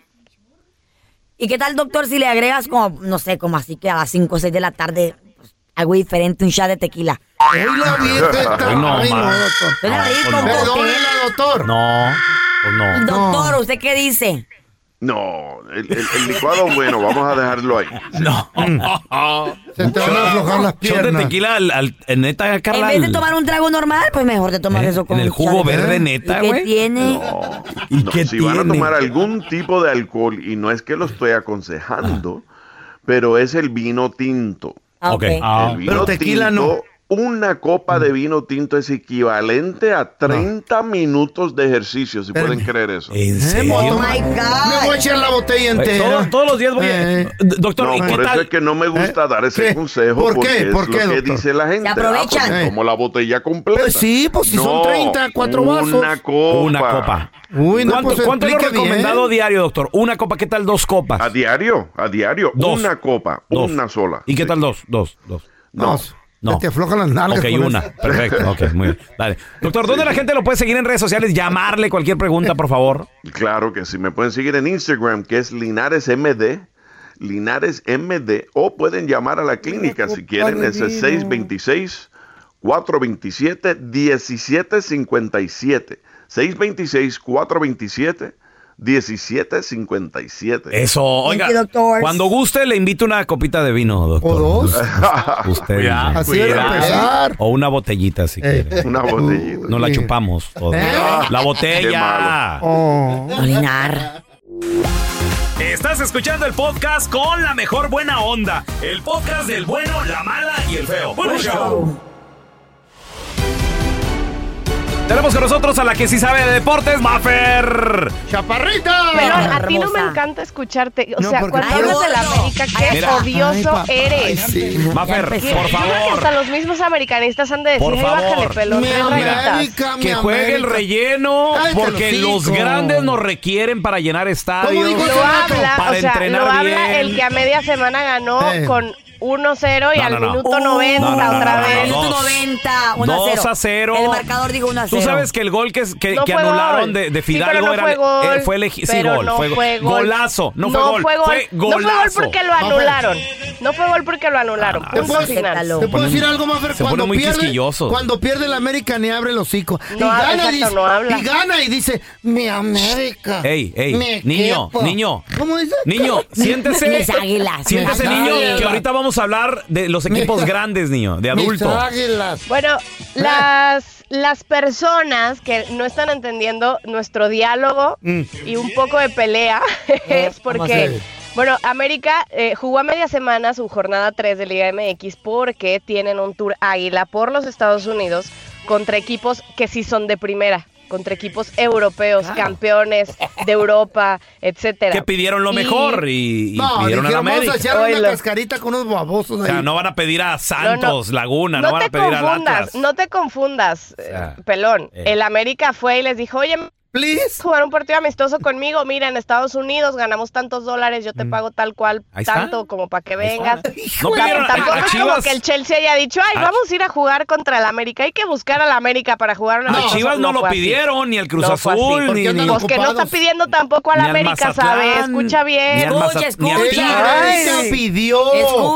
S5: ¿Y qué tal, doctor, si le agregas como, no sé, como así que a las 5 o 6 de la tarde, pues, algo diferente, un shot de tequila?
S1: Ay, no,
S6: Ay, no,
S1: ma.
S6: doctor.
S1: No, pues no.
S6: Perdónela, doctor.
S1: No, pues no.
S5: Doctor, ¿usted qué dice?
S22: No, el, el- el licuado bueno, vamos a dejarlo ahí.
S1: No.
S6: Se te van a aflojar las
S1: Shot de
S6: piernas.
S1: tequila al, al- en neta,
S5: en
S1: carnal.
S5: vez de tomar un trago normal, pues mejor te tomas
S1: ¿Eh?
S5: eso con
S1: En el
S5: un shot
S1: jugo
S5: de-
S1: verde,
S5: ¿Y
S1: neta,
S5: ¿Qué
S1: güey?
S5: tiene?
S22: No, si van a tomar algún tipo de alcohol, y no es que lo estoy aconsejando, pero es el vino tinto.
S5: Ah, ok.
S22: El
S5: Ah.
S22: vino
S5: Pero tequila
S22: tinto, Una copa de vino tinto es equivalente a 30 minutos de ejercicio, si pueden creer eso.
S6: Oh my God. Me voy a echar la botella
S22: Güey,
S6: entera.
S22: todos-
S1: los días
S22: voy a-
S1: Doctor,
S22: No,
S1: ¿y qué
S22: por eso
S1: tal?
S22: es que no me gusta dar ese consejo
S6: ¿Por
S22: porque
S6: Eh, qué?
S22: es
S6: ¿Por qué,
S22: lo que
S6: doctor?
S22: dice la
S6: Se
S22: gente.
S6: aprovechan.
S22: pues, como la botella completa.
S6: Pues sí, pues si son
S22: No,
S6: 30, cuatro vasos.
S22: Una copa.
S1: Una copa.
S6: Uy, no,
S1: ¿Cuánto,
S6: pues,
S1: cuánto es lo
S6: explique bien.
S1: recomendado diario, doctor? Una copa, ¿qué tal dos copas? A
S22: diario, a diario.
S1: Dos.
S22: Una copa,
S1: Dos.
S22: una sola.
S1: ¿Y qué tal dos? Dos, dos.
S22: No.
S1: No.
S6: Te aflojan las nalgas.
S1: Ok,
S6: con
S1: una.
S6: eso.
S1: Perfecto. Ok, muy bien. Dale. Doctor, ¿dónde la gente lo puede seguir en redes sociales? Llamarle cualquier pregunta, por favor.
S22: Claro que sí, me pueden seguir en Instagram, que es LinaresMD, LinaresMD, o pueden llamar a la clínica si quieren,
S6: de
S22: es el
S6: vino.
S22: 626 427 1757. 626 427 1757.
S1: Eso, oiga. Cuando guste, le invito una copita de vino, doctor.
S22: ¿O dos?
S1: Usted.
S22: Cuidado,
S1: dice.
S22: Así de cuidado. empezar. Eh.
S1: O una botellita, si quiere.
S22: Una botellita. Eh.
S1: No la chupamos. todos. La
S22: Qué
S1: botella.
S22: malo.
S5: Oh.
S1: Estás escuchando el podcast con la mejor buena onda. El podcast del bueno, la mala y el feo. Bueno, show. Tenemos con nosotros a la que sí sabe de deportes, Maffer.
S13: ¡Chaparrita!
S24: Pero a ti no me encanta escucharte. O
S1: No,
S24: sea,
S1: porque
S24: cuando
S1: tú-
S24: hablas de la América, qué
S1: Mira. Ay,
S24: odioso
S1: papá,
S24: eres.
S1: Maffer,
S24: Que-
S1: por
S24: Yo creo que
S1: favor.
S24: hasta los mismos americanistas han de decir,
S1: Por
S24: "Ay, bájale
S1: favor.
S24: pelón,
S1: Mi
S24: tres
S1: América,
S24: rayitas".
S1: Que juegue el relleno
S24: Cállate el
S1: porque los
S24: hocico.
S1: grandes nos requieren para llenar estadios,
S24: Lo habla,
S1: para
S24: o sea,
S1: entrenar
S24: lo
S1: bien.
S24: habla el que a media semana ganó
S1: Eh.
S24: con 1-0 y
S1: No,
S24: al
S1: no, no.
S24: minuto
S1: Uh,
S24: 90
S1: no, no, no,
S24: otra
S1: no, no,
S24: vez.
S1: no. Minuto
S5: 90, 1 a 0.
S1: 2 a 0.
S5: El marcador dijo 1 a 0.
S1: Tú sabes que el gol que, que,
S24: No
S1: que
S24: fue
S1: anularon
S24: gol.
S1: de, de
S24: Sí, pero
S1: Fidalgo
S24: no
S1: era-
S24: fue gol,
S1: eh, fue elegi- sí,
S24: pero
S1: gol,
S24: no
S1: fue, go-
S24: fue gol.
S1: Golazo. No fue gol. Fue
S24: No fue gol
S1: golazo. Ah,
S24: porque lo anularon. No fue gol porque lo anularon.
S6: ¿Te
S24: Punto
S6: puedo,
S1: Pues
S24: final.
S6: te puedo decir algo más, Fer?
S1: se ponen
S6: Cuando
S1: muy
S6: pierde,
S1: quisquillosos.
S6: cuando pierde el América ni abre el hocico. y,
S24: No,
S6: gana,
S24: exacto,
S6: dice,
S24: no habla.
S6: y gana y dice, mi América.
S1: Ey, ey,
S6: mi
S1: niño,
S6: equipo".
S1: niño.
S6: ¿Cómo dice?
S1: Niño, siéntese.
S5: Mis águilas.
S1: Siéntese,
S5: Mis
S1: niño,
S5: águilas.
S1: que ahorita vamos vamos a hablar de los equipos grandes, niño, de adulto.
S24: Bueno, las, las personas que no están entendiendo nuestro diálogo
S1: Mm.
S24: y un poco de pelea es porque,
S9: hacer.
S24: bueno, América eh, jugó a media semana su jornada 3 de Liga MX porque tienen un tour águila por los Estados Unidos contra equipos que sí son de primera, contra equipos europeos, campeones de Europa, etcétera.
S1: Que pidieron lo
S24: Y-
S1: mejor y, y
S24: No,
S1: pidieron a la
S24: dijeron,
S1: América.
S6: Vamos a echarle una
S24: Oilo.
S6: cascarita con unos babosos
S1: O
S6: ahí.
S1: sea, no van a pedir a Santos, Laguna, no, van a
S24: te
S1: pedir a
S24: confundas,
S1: Atlas.
S24: no te confundas, eh,
S1: sea,
S24: pelón.
S1: eh.
S24: El América fue y les dijo, oye,
S6: Please.
S24: jugar un partido amistoso conmigo, mira, en Estados Unidos ganamos tantos dólares, yo te pago tal cual,
S1: Mm. Ahí está.
S24: tanto como para que vengas.
S1: No
S24: Pero
S1: pidieron a-
S24: tampoco
S1: a
S24: es como
S1: Chivas.
S24: que el Chelsea haya dicho, ay,
S1: A-
S24: vamos a ir a jugar contra el América, hay que buscar al América para jugar una
S1: A Chivas no, lo pidieron, ni al Cruz Azul, ni, ni-
S24: Pues que no está pidiendo tampoco al
S1: Ni al
S24: América,
S1: Mazatlán,
S24: ¿sabes? Escucha bien.
S1: ni al Escucha, Mazat- ni al escucha. Tigres.
S6: América pidió,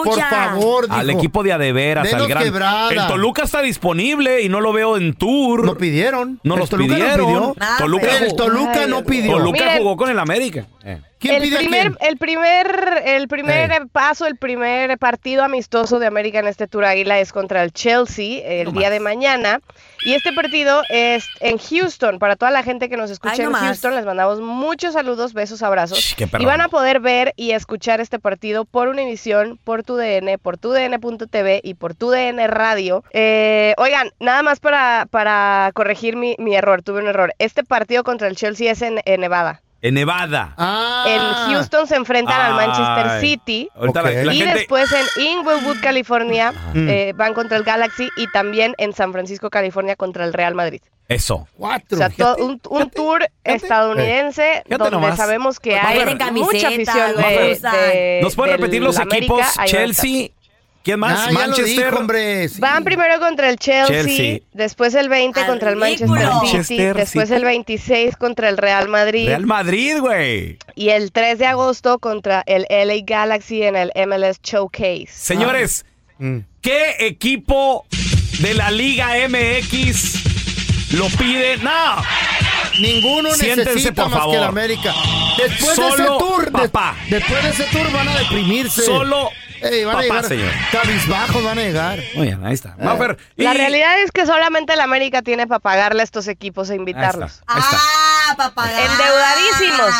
S6: por favor,
S1: al
S6: dijo.
S1: equipo de adeveras,
S6: Denos
S1: al gran.
S6: quebrada.
S1: El Toluca está disponible y no lo veo en tour. No
S6: pidieron.
S1: No
S6: El
S1: los
S6: Toluca no
S1: pidieron.
S6: pidió.
S1: Toluca
S6: Nada, pero-
S1: jugó-
S6: Toluca no pidió.
S1: Toluca
S24: Miren.
S1: jugó con el América. Eh.
S24: el primer, el primer, el primer paso, el primer partido amistoso de América en este Tour Águila es contra el Chelsea el día de mañana. Y este partido es en Houston. Para toda la gente que nos escucha
S5: Ay, no
S24: en
S5: más.
S24: Houston, les mandamos muchos saludos, besos, abrazos.
S5: qué perrón.
S24: Y van a poder ver y escuchar este partido por Univisión, por TUDN, por TUDN.tv y por TUDN Radio. Eh, oigan, nada más para, para corregir mi, mi error, tuve un error. Este partido contra el Chelsea es en- en Nevada.
S1: En Nevada.
S24: Ah. En Houston se enfrentan al Manchester
S1: Ah. Ay.
S24: City.
S1: Ahorita la- la
S24: y
S1: gente- Ah. Mm.
S24: después en Inglewood, California, eh, van contra el Galaxy y también en San Francisco, California, contra el Real Madrid.
S1: Eso.
S24: o sea, to- un, un tour estadounidense
S1: Eh, Fíjate
S24: donde
S1: nomás.
S24: sabemos que
S5: Va a
S24: hay
S5: haber
S24: mucha
S5: camiseta,
S24: afición
S5: va a
S24: de,
S5: haber-
S24: de-
S1: ¿Nos pueden
S24: Eh, del
S1: repetir los
S24: América.
S1: equipos?
S24: Ahí va a estar.
S1: Chelsea. ¿Quién más?
S24: Ah, ya lo
S1: Manchester.
S24: dijo, Van primero contra el Chelsea,
S1: Chelsea.
S24: después el 20 contra el Manchester, City,
S1: Manchester
S24: después
S1: City.
S24: el 26 contra el Real Madrid.
S1: Real Madrid, güey.
S24: Y el 3 de agosto contra el LA Galaxy en el MLS Showcase.
S1: Señores,
S24: Ah. Mm.
S1: ¿qué equipo de la Liga MX lo pide? No.
S6: Ninguno
S1: Siéntense,
S6: necesita
S1: por
S6: más
S1: favor.
S6: que el América. Después de ese
S1: Solo
S6: tour, de-
S1: papá.
S6: después de ese tour van a deprimirse.
S1: Solo
S6: Ey, van
S1: papá,
S6: a llegar
S1: señor.
S6: Cabizbajos van a llegar.
S1: Muy bien, ahí está. Maufer,
S24: La realidad es que solamente el América tiene para pagarle a estos equipos e invitarlos.
S5: Ah, papá.
S24: Endeudadísimos,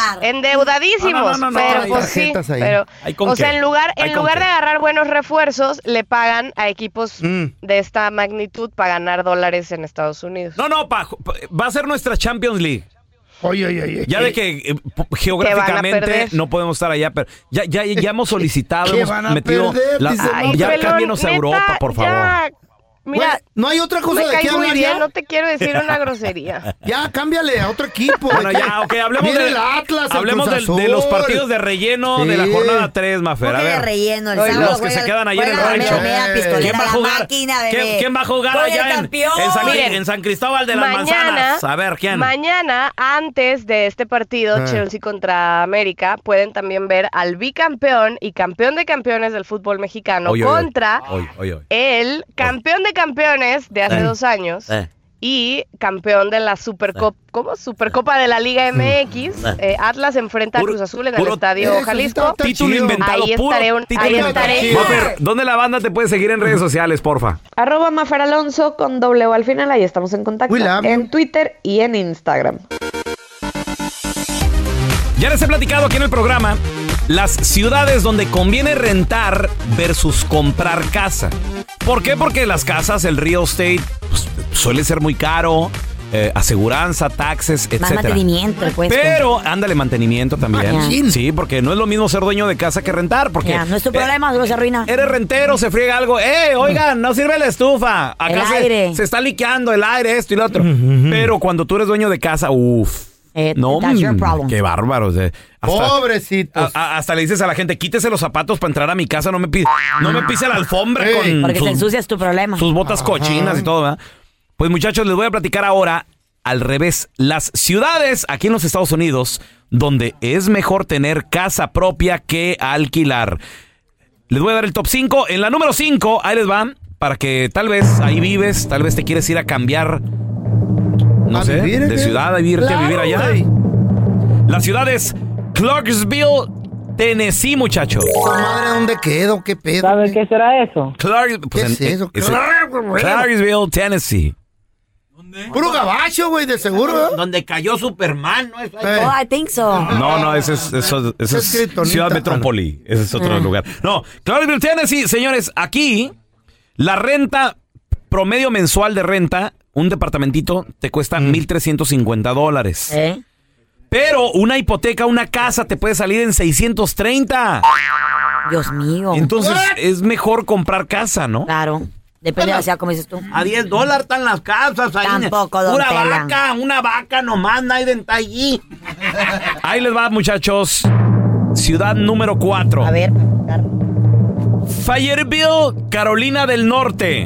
S24: endeudadísimos,
S5: No, no, no, no,
S24: pero
S5: hay
S24: pues sí,
S5: tarjetas ahí.
S24: pero
S5: Hay con
S24: o sea,
S5: qué,
S24: en lugar
S5: hay
S24: en
S5: con
S24: lugar
S5: qué.
S24: de agarrar buenos refuerzos, le pagan a equipos
S5: Mm.
S24: de esta magnitud para ganar dólares en Estados Unidos.
S1: No, no, pa- pa- va a ser nuestra Champions League.
S6: Oye, oye, oye.
S1: Ya de que eh, po- geográficamente
S24: perder.
S1: no podemos estar allá, pero ya, ya, ya hemos solicitado,
S6: Que
S1: hemos
S6: van a
S1: metido
S6: perder,
S1: la-
S6: dice
S1: Ay,
S6: Mau.
S1: ya
S6: Pelón,
S1: cámbienos a
S6: neta,
S1: Europa, por favor.
S24: Ya, mira,
S6: Güey, no hay otra cosa
S24: me
S6: de
S24: caes
S6: qué
S24: muy
S6: hablar
S24: bien,
S6: ya.
S24: no te quiero decir una grosería.
S6: Ya, cámbiale a otro equipo.
S1: Bueno, ya, ok, hablemos,
S6: Mira
S1: de,
S6: el Atlas, el
S1: hablemos
S6: Cruz
S1: del- de, los
S6: Azul.
S1: partidos de relleno de la
S6: Sí.
S1: jornada 3, Mafer. A
S5: de
S1: ver.
S5: relleno, el
S1: Los
S5: sábado
S1: que se
S5: juega-
S1: quedan allá en el
S5: juega la
S1: rancho.
S5: mera, mera pistolera,
S1: ¿Quién va a
S5: la
S1: jugar?
S5: máquina, bebé.
S1: ¿Quién, quién va a jugar
S5: Soy el
S1: allá en,
S5: campeón.
S1: en San,
S5: Miren,
S1: en San Cristóbal de las Manzanas? A ver, ¿quién?
S24: Mañana, antes de este partido,
S1: Ah.
S24: Chelsea contra América, pueden también ver al bicampeón y campeón de campeones del fútbol mexicano
S1: Oye, oye, oye.
S24: contra
S1: Oye, oye, oye.
S24: el campeón de campeones de hace
S1: Eh.
S24: dos años
S1: Eh.
S24: y campeón de la Supercopa, ¿cómo? Supercopa de la Liga MX.
S1: Eh.
S24: Eh, Atlas enfrenta a
S1: Puro-
S24: Cruz Azul en el
S1: puro-
S24: Estadio
S1: Eso
S24: Jalisco.
S1: Título inventado
S24: ahí
S1: puro.
S24: estaré, un-
S1: título
S24: ahí
S1: inventado.
S24: estaré.
S1: Mafer, ¿dónde la banda te puede seguir en redes sociales, porfa?
S24: Arroba Mafer Alonso con W al final, ahí estamos en contacto. En Twitter y en Instagram.
S1: Ya les he platicado aquí en el programa las ciudades donde conviene rentar versus comprar casa. ¿Por qué? Porque las casas, el real estate, pues, suele ser muy caro, eh, aseguranza, taxes, etc.
S5: Más mantenimiento, pues, el puesto.
S1: Pero, ándale, mantenimiento también.
S5: Machín.
S1: Sí, porque no es lo mismo ser dueño de casa que rentar, porque eh,
S5: Ya, no es tu problema, solo se arruina.
S1: Eres rentero, se friega algo. ¡Eh, oigan, no sirve la estufa! Acá
S5: El
S1: se,
S5: aire.
S1: se está liqueando el aire, esto y lo otro. Pero cuando tú eres dueño de casa, uff. no,
S5: Eh, that's your
S1: mm,
S5: problem.
S1: qué bárbaro. o sea, hasta-
S6: Pobrecitos.
S1: a- a- hasta le dices a la gente, quítese los zapatos para entrar a mi casa, no me, pi- no me pise la alfombra con
S5: Porque
S1: sus-
S5: te ensucias tu problema.
S1: sus botas cochinas y todo, ¿verdad? Pues muchachos, les voy a platicar ahora al revés las ciudades aquí en los Estados Unidos donde es mejor tener casa propia que alquilar. Les voy a dar el top 5. En la número 5, ahí les van, para que tal vez ahí vives, tal vez te quieres ir a cambiar, no
S6: ¿A
S1: sé,
S6: vivir, eh?
S1: de
S6: qué?
S1: ciudad, a irte a
S6: Claro,
S1: vivir allá.
S6: güey.
S1: La ciudad es Clarksville, Tennessee, muchachos.
S6: madre, ¿dónde quedo? ¿Qué pedo?
S9: ¿Sabe qué será eso?
S1: Clark, pues,
S6: ¿Qué es
S1: en-
S6: eso?
S1: es-
S6: Claro,
S1: Clarksville, Tennessee.
S6: Puro gabacho, güey, de seguro. Eh.
S21: Donde cayó Superman, ¿no? Es ahí.
S5: Oh, I think so.
S1: No, no, ese es, eso- eso es Ciudad Metrópoli. Ese es otro
S5: Ah.
S1: lugar. No, Clarksville, Tennessee, señores, aquí la renta, promedio mensual de renta, un departamentito te cuesta
S5: Mm.
S1: 1.350 dólares.
S5: ¿Eh?
S1: Pero una hipoteca, una casa te puede salir en 630.
S5: Dios mío.
S1: Entonces es mejor comprar casa, ¿no?
S5: Claro. Depende de la ciudad, como dices tú.
S21: A 10 dólares están las casas ahí.
S5: Tampoco, don
S21: Una
S5: Tela.
S21: vaca, una vaca nomás, nadie está allí.
S1: Ahí les va, muchachos. Ciudad número 4. A
S5: ver.
S1: Fayetteville, Carolina del Norte.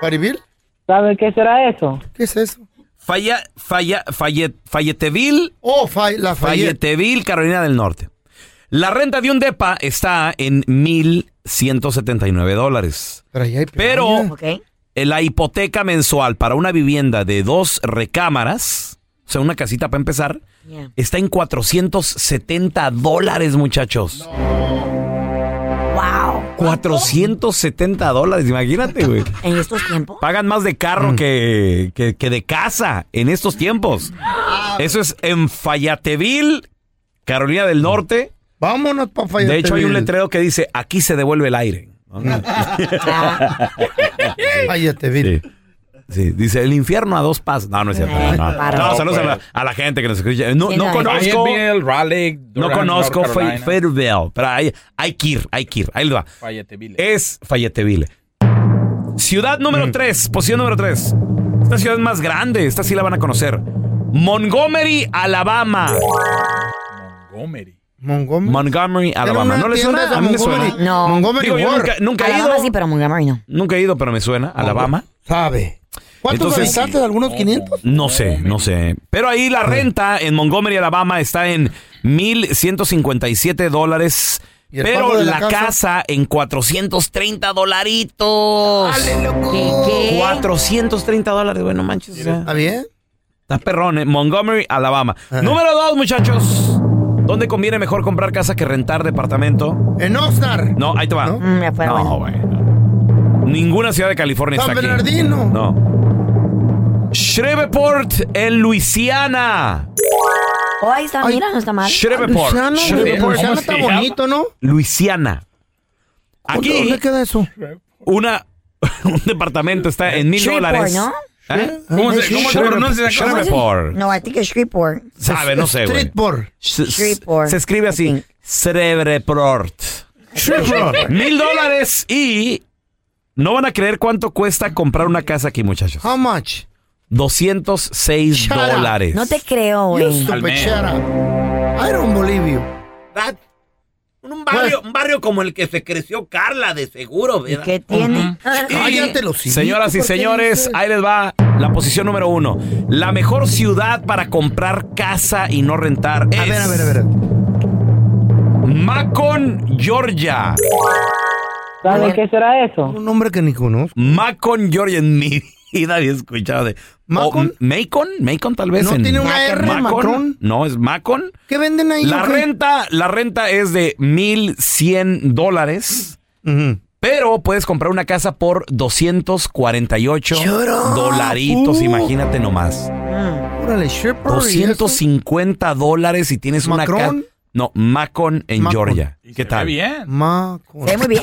S6: ¿Fariville?
S9: ¿Sabe qué será eso?
S6: ¿Qué es eso?
S1: Falla, falla, falle, Fayetteville.
S6: Oh, la
S1: Fayetteville, Carolina del Norte. La renta de un depa está en 1,179 dólares.
S6: Pero ahí hay
S1: Pero
S6: piraña.
S1: eh, la hipoteca mensual para una vivienda de dos recámaras, o sea, una casita para empezar,
S5: Yeah.
S1: está en 470 dólares, muchachos.
S5: Wow.
S1: 470 dólares, imagínate, güey.
S5: En estos tiempos.
S1: Pagan más de
S6: Mm.
S1: carro que, que- que de casa en estos tiempos. Eso es en Fayetteville, Carolina del Norte.
S6: Vámonos para
S1: De hecho, hay un
S6: Fayetteville.
S1: letrero que dice, aquí se devuelve el aire.
S6: Ah. Fayetteville.
S1: Sí. Sí, dice el infierno a dos pasos. No, no es cierto.
S2: Eh,
S5: Eh,
S1: No, no.
S6: para.
S1: No, saludos a la, a la gente que nos escucha. No, no conozco.
S10: Fayetteville, Raleigh,
S1: No
S10: Durham,
S1: conozco
S10: North Carolina.
S1: Fay- Fayetteville, pero hay, hay que ir, hay que ir. Ahí le va.
S10: Fayetteville.
S1: Es Fayetteville. Ciudad número 3, posición número 3. Esta ciudad es más grande, esta sí la van a conocer. Montgomery, Alabama.
S10: Montgomery.
S6: Montgomery.
S1: Alabama. ¿No le suena? A mí me suena.
S5: No.
S1: Digo, yo nunca, nunca he ido.
S5: Alabama sí, pero Montgomery no.
S1: Nunca he ido, pero me suena. Alabama.
S6: Sabe. ¿Cuántos habitantes? ¿Algunos 500?
S1: No sé, no sé. Pero ahí la renta en Montgomery, Alabama, está en 1,157 dólares.
S13: el
S1: Pero
S13: pago de
S1: la,
S13: la
S1: casa? en 430 dolaritos.
S13: qué?
S1: 430 dólares, bueno, manches. ¿Está
S6: bien?
S1: Está perrón, ¿eh? Montgomery, Alabama. Número dos, muchachos. ¿Dónde conviene mejor comprar casa que rentar departamento?
S6: En Oxnard.
S1: No, ahí te va.
S24: Mm,
S1: no, güey. no. Ninguna ciudad de California
S6: San
S1: está aquí.
S6: Bernardino.
S1: No. Shreveport, en Luisiana.
S5: Oh, ahí está, mira, no está mal.
S1: Shreveport.
S5: Luciano,
S1: Shreveport.
S5: Luciano está
S1: ¿Cómo se llama?
S5: bonito,
S6: ¿no?
S1: Luisiana. Aquí.
S6: ¿Dónde queda eso?
S1: Una, un departamento está en mil
S5: Shreveport,
S1: dólares.
S5: ¿no?
S1: ¿Eh?
S5: ¿Cómo se-
S6: cómo se pronuncia esa cosa?
S1: Shreveport.
S5: No, I think it's Shreveport.
S1: Sabe, no sé, güey.
S6: Streetport.
S1: Se,
S5: Shreveport,
S1: se escribe así. Shreveport.
S6: Shreveport.
S1: Mil dólares y no van a creer cuánto cuesta comprar una casa aquí, muchachos.
S6: How much?
S1: 206
S6: Shut up.
S1: dólares.
S5: No te creo, güey.
S6: Al menos. Iron Bolivio.
S21: Un
S6: pues.
S21: barrio, un barrio como el que se creció Carla, de seguro, ¿verdad?
S5: ¿Qué tiene?
S6: Cállate los
S1: Señoras y señores, ahí les va la posición número uno. La mejor ciudad para comprar casa y no rentar es... A ver, a ver, a ver. Macon, Georgia.
S9: ¿Sabe qué será eso?
S6: Un nombre que ni conozco.
S1: Macon, Georgia. En mi vida había escuchado de... ¿Macon? ¿Macon? ¿Macon tal vez?
S6: ¿No
S1: en-
S6: tiene una R, Macron?
S1: No, es Macon.
S6: ¿Qué venden ahí?
S1: La
S6: o qué?
S1: renta, la renta es de 1100 dólares. Pero puedes comprar una casa por 248 dolaritos,
S6: Uh.
S1: imagínate nomás.
S6: Órale, Shepherd.
S1: 250 dólares y tienes una
S6: ¿Macron?
S1: casa. No, Macon en Georgia. ¿Qué tal?
S10: bien.
S6: Macon.
S5: Se ve muy bien.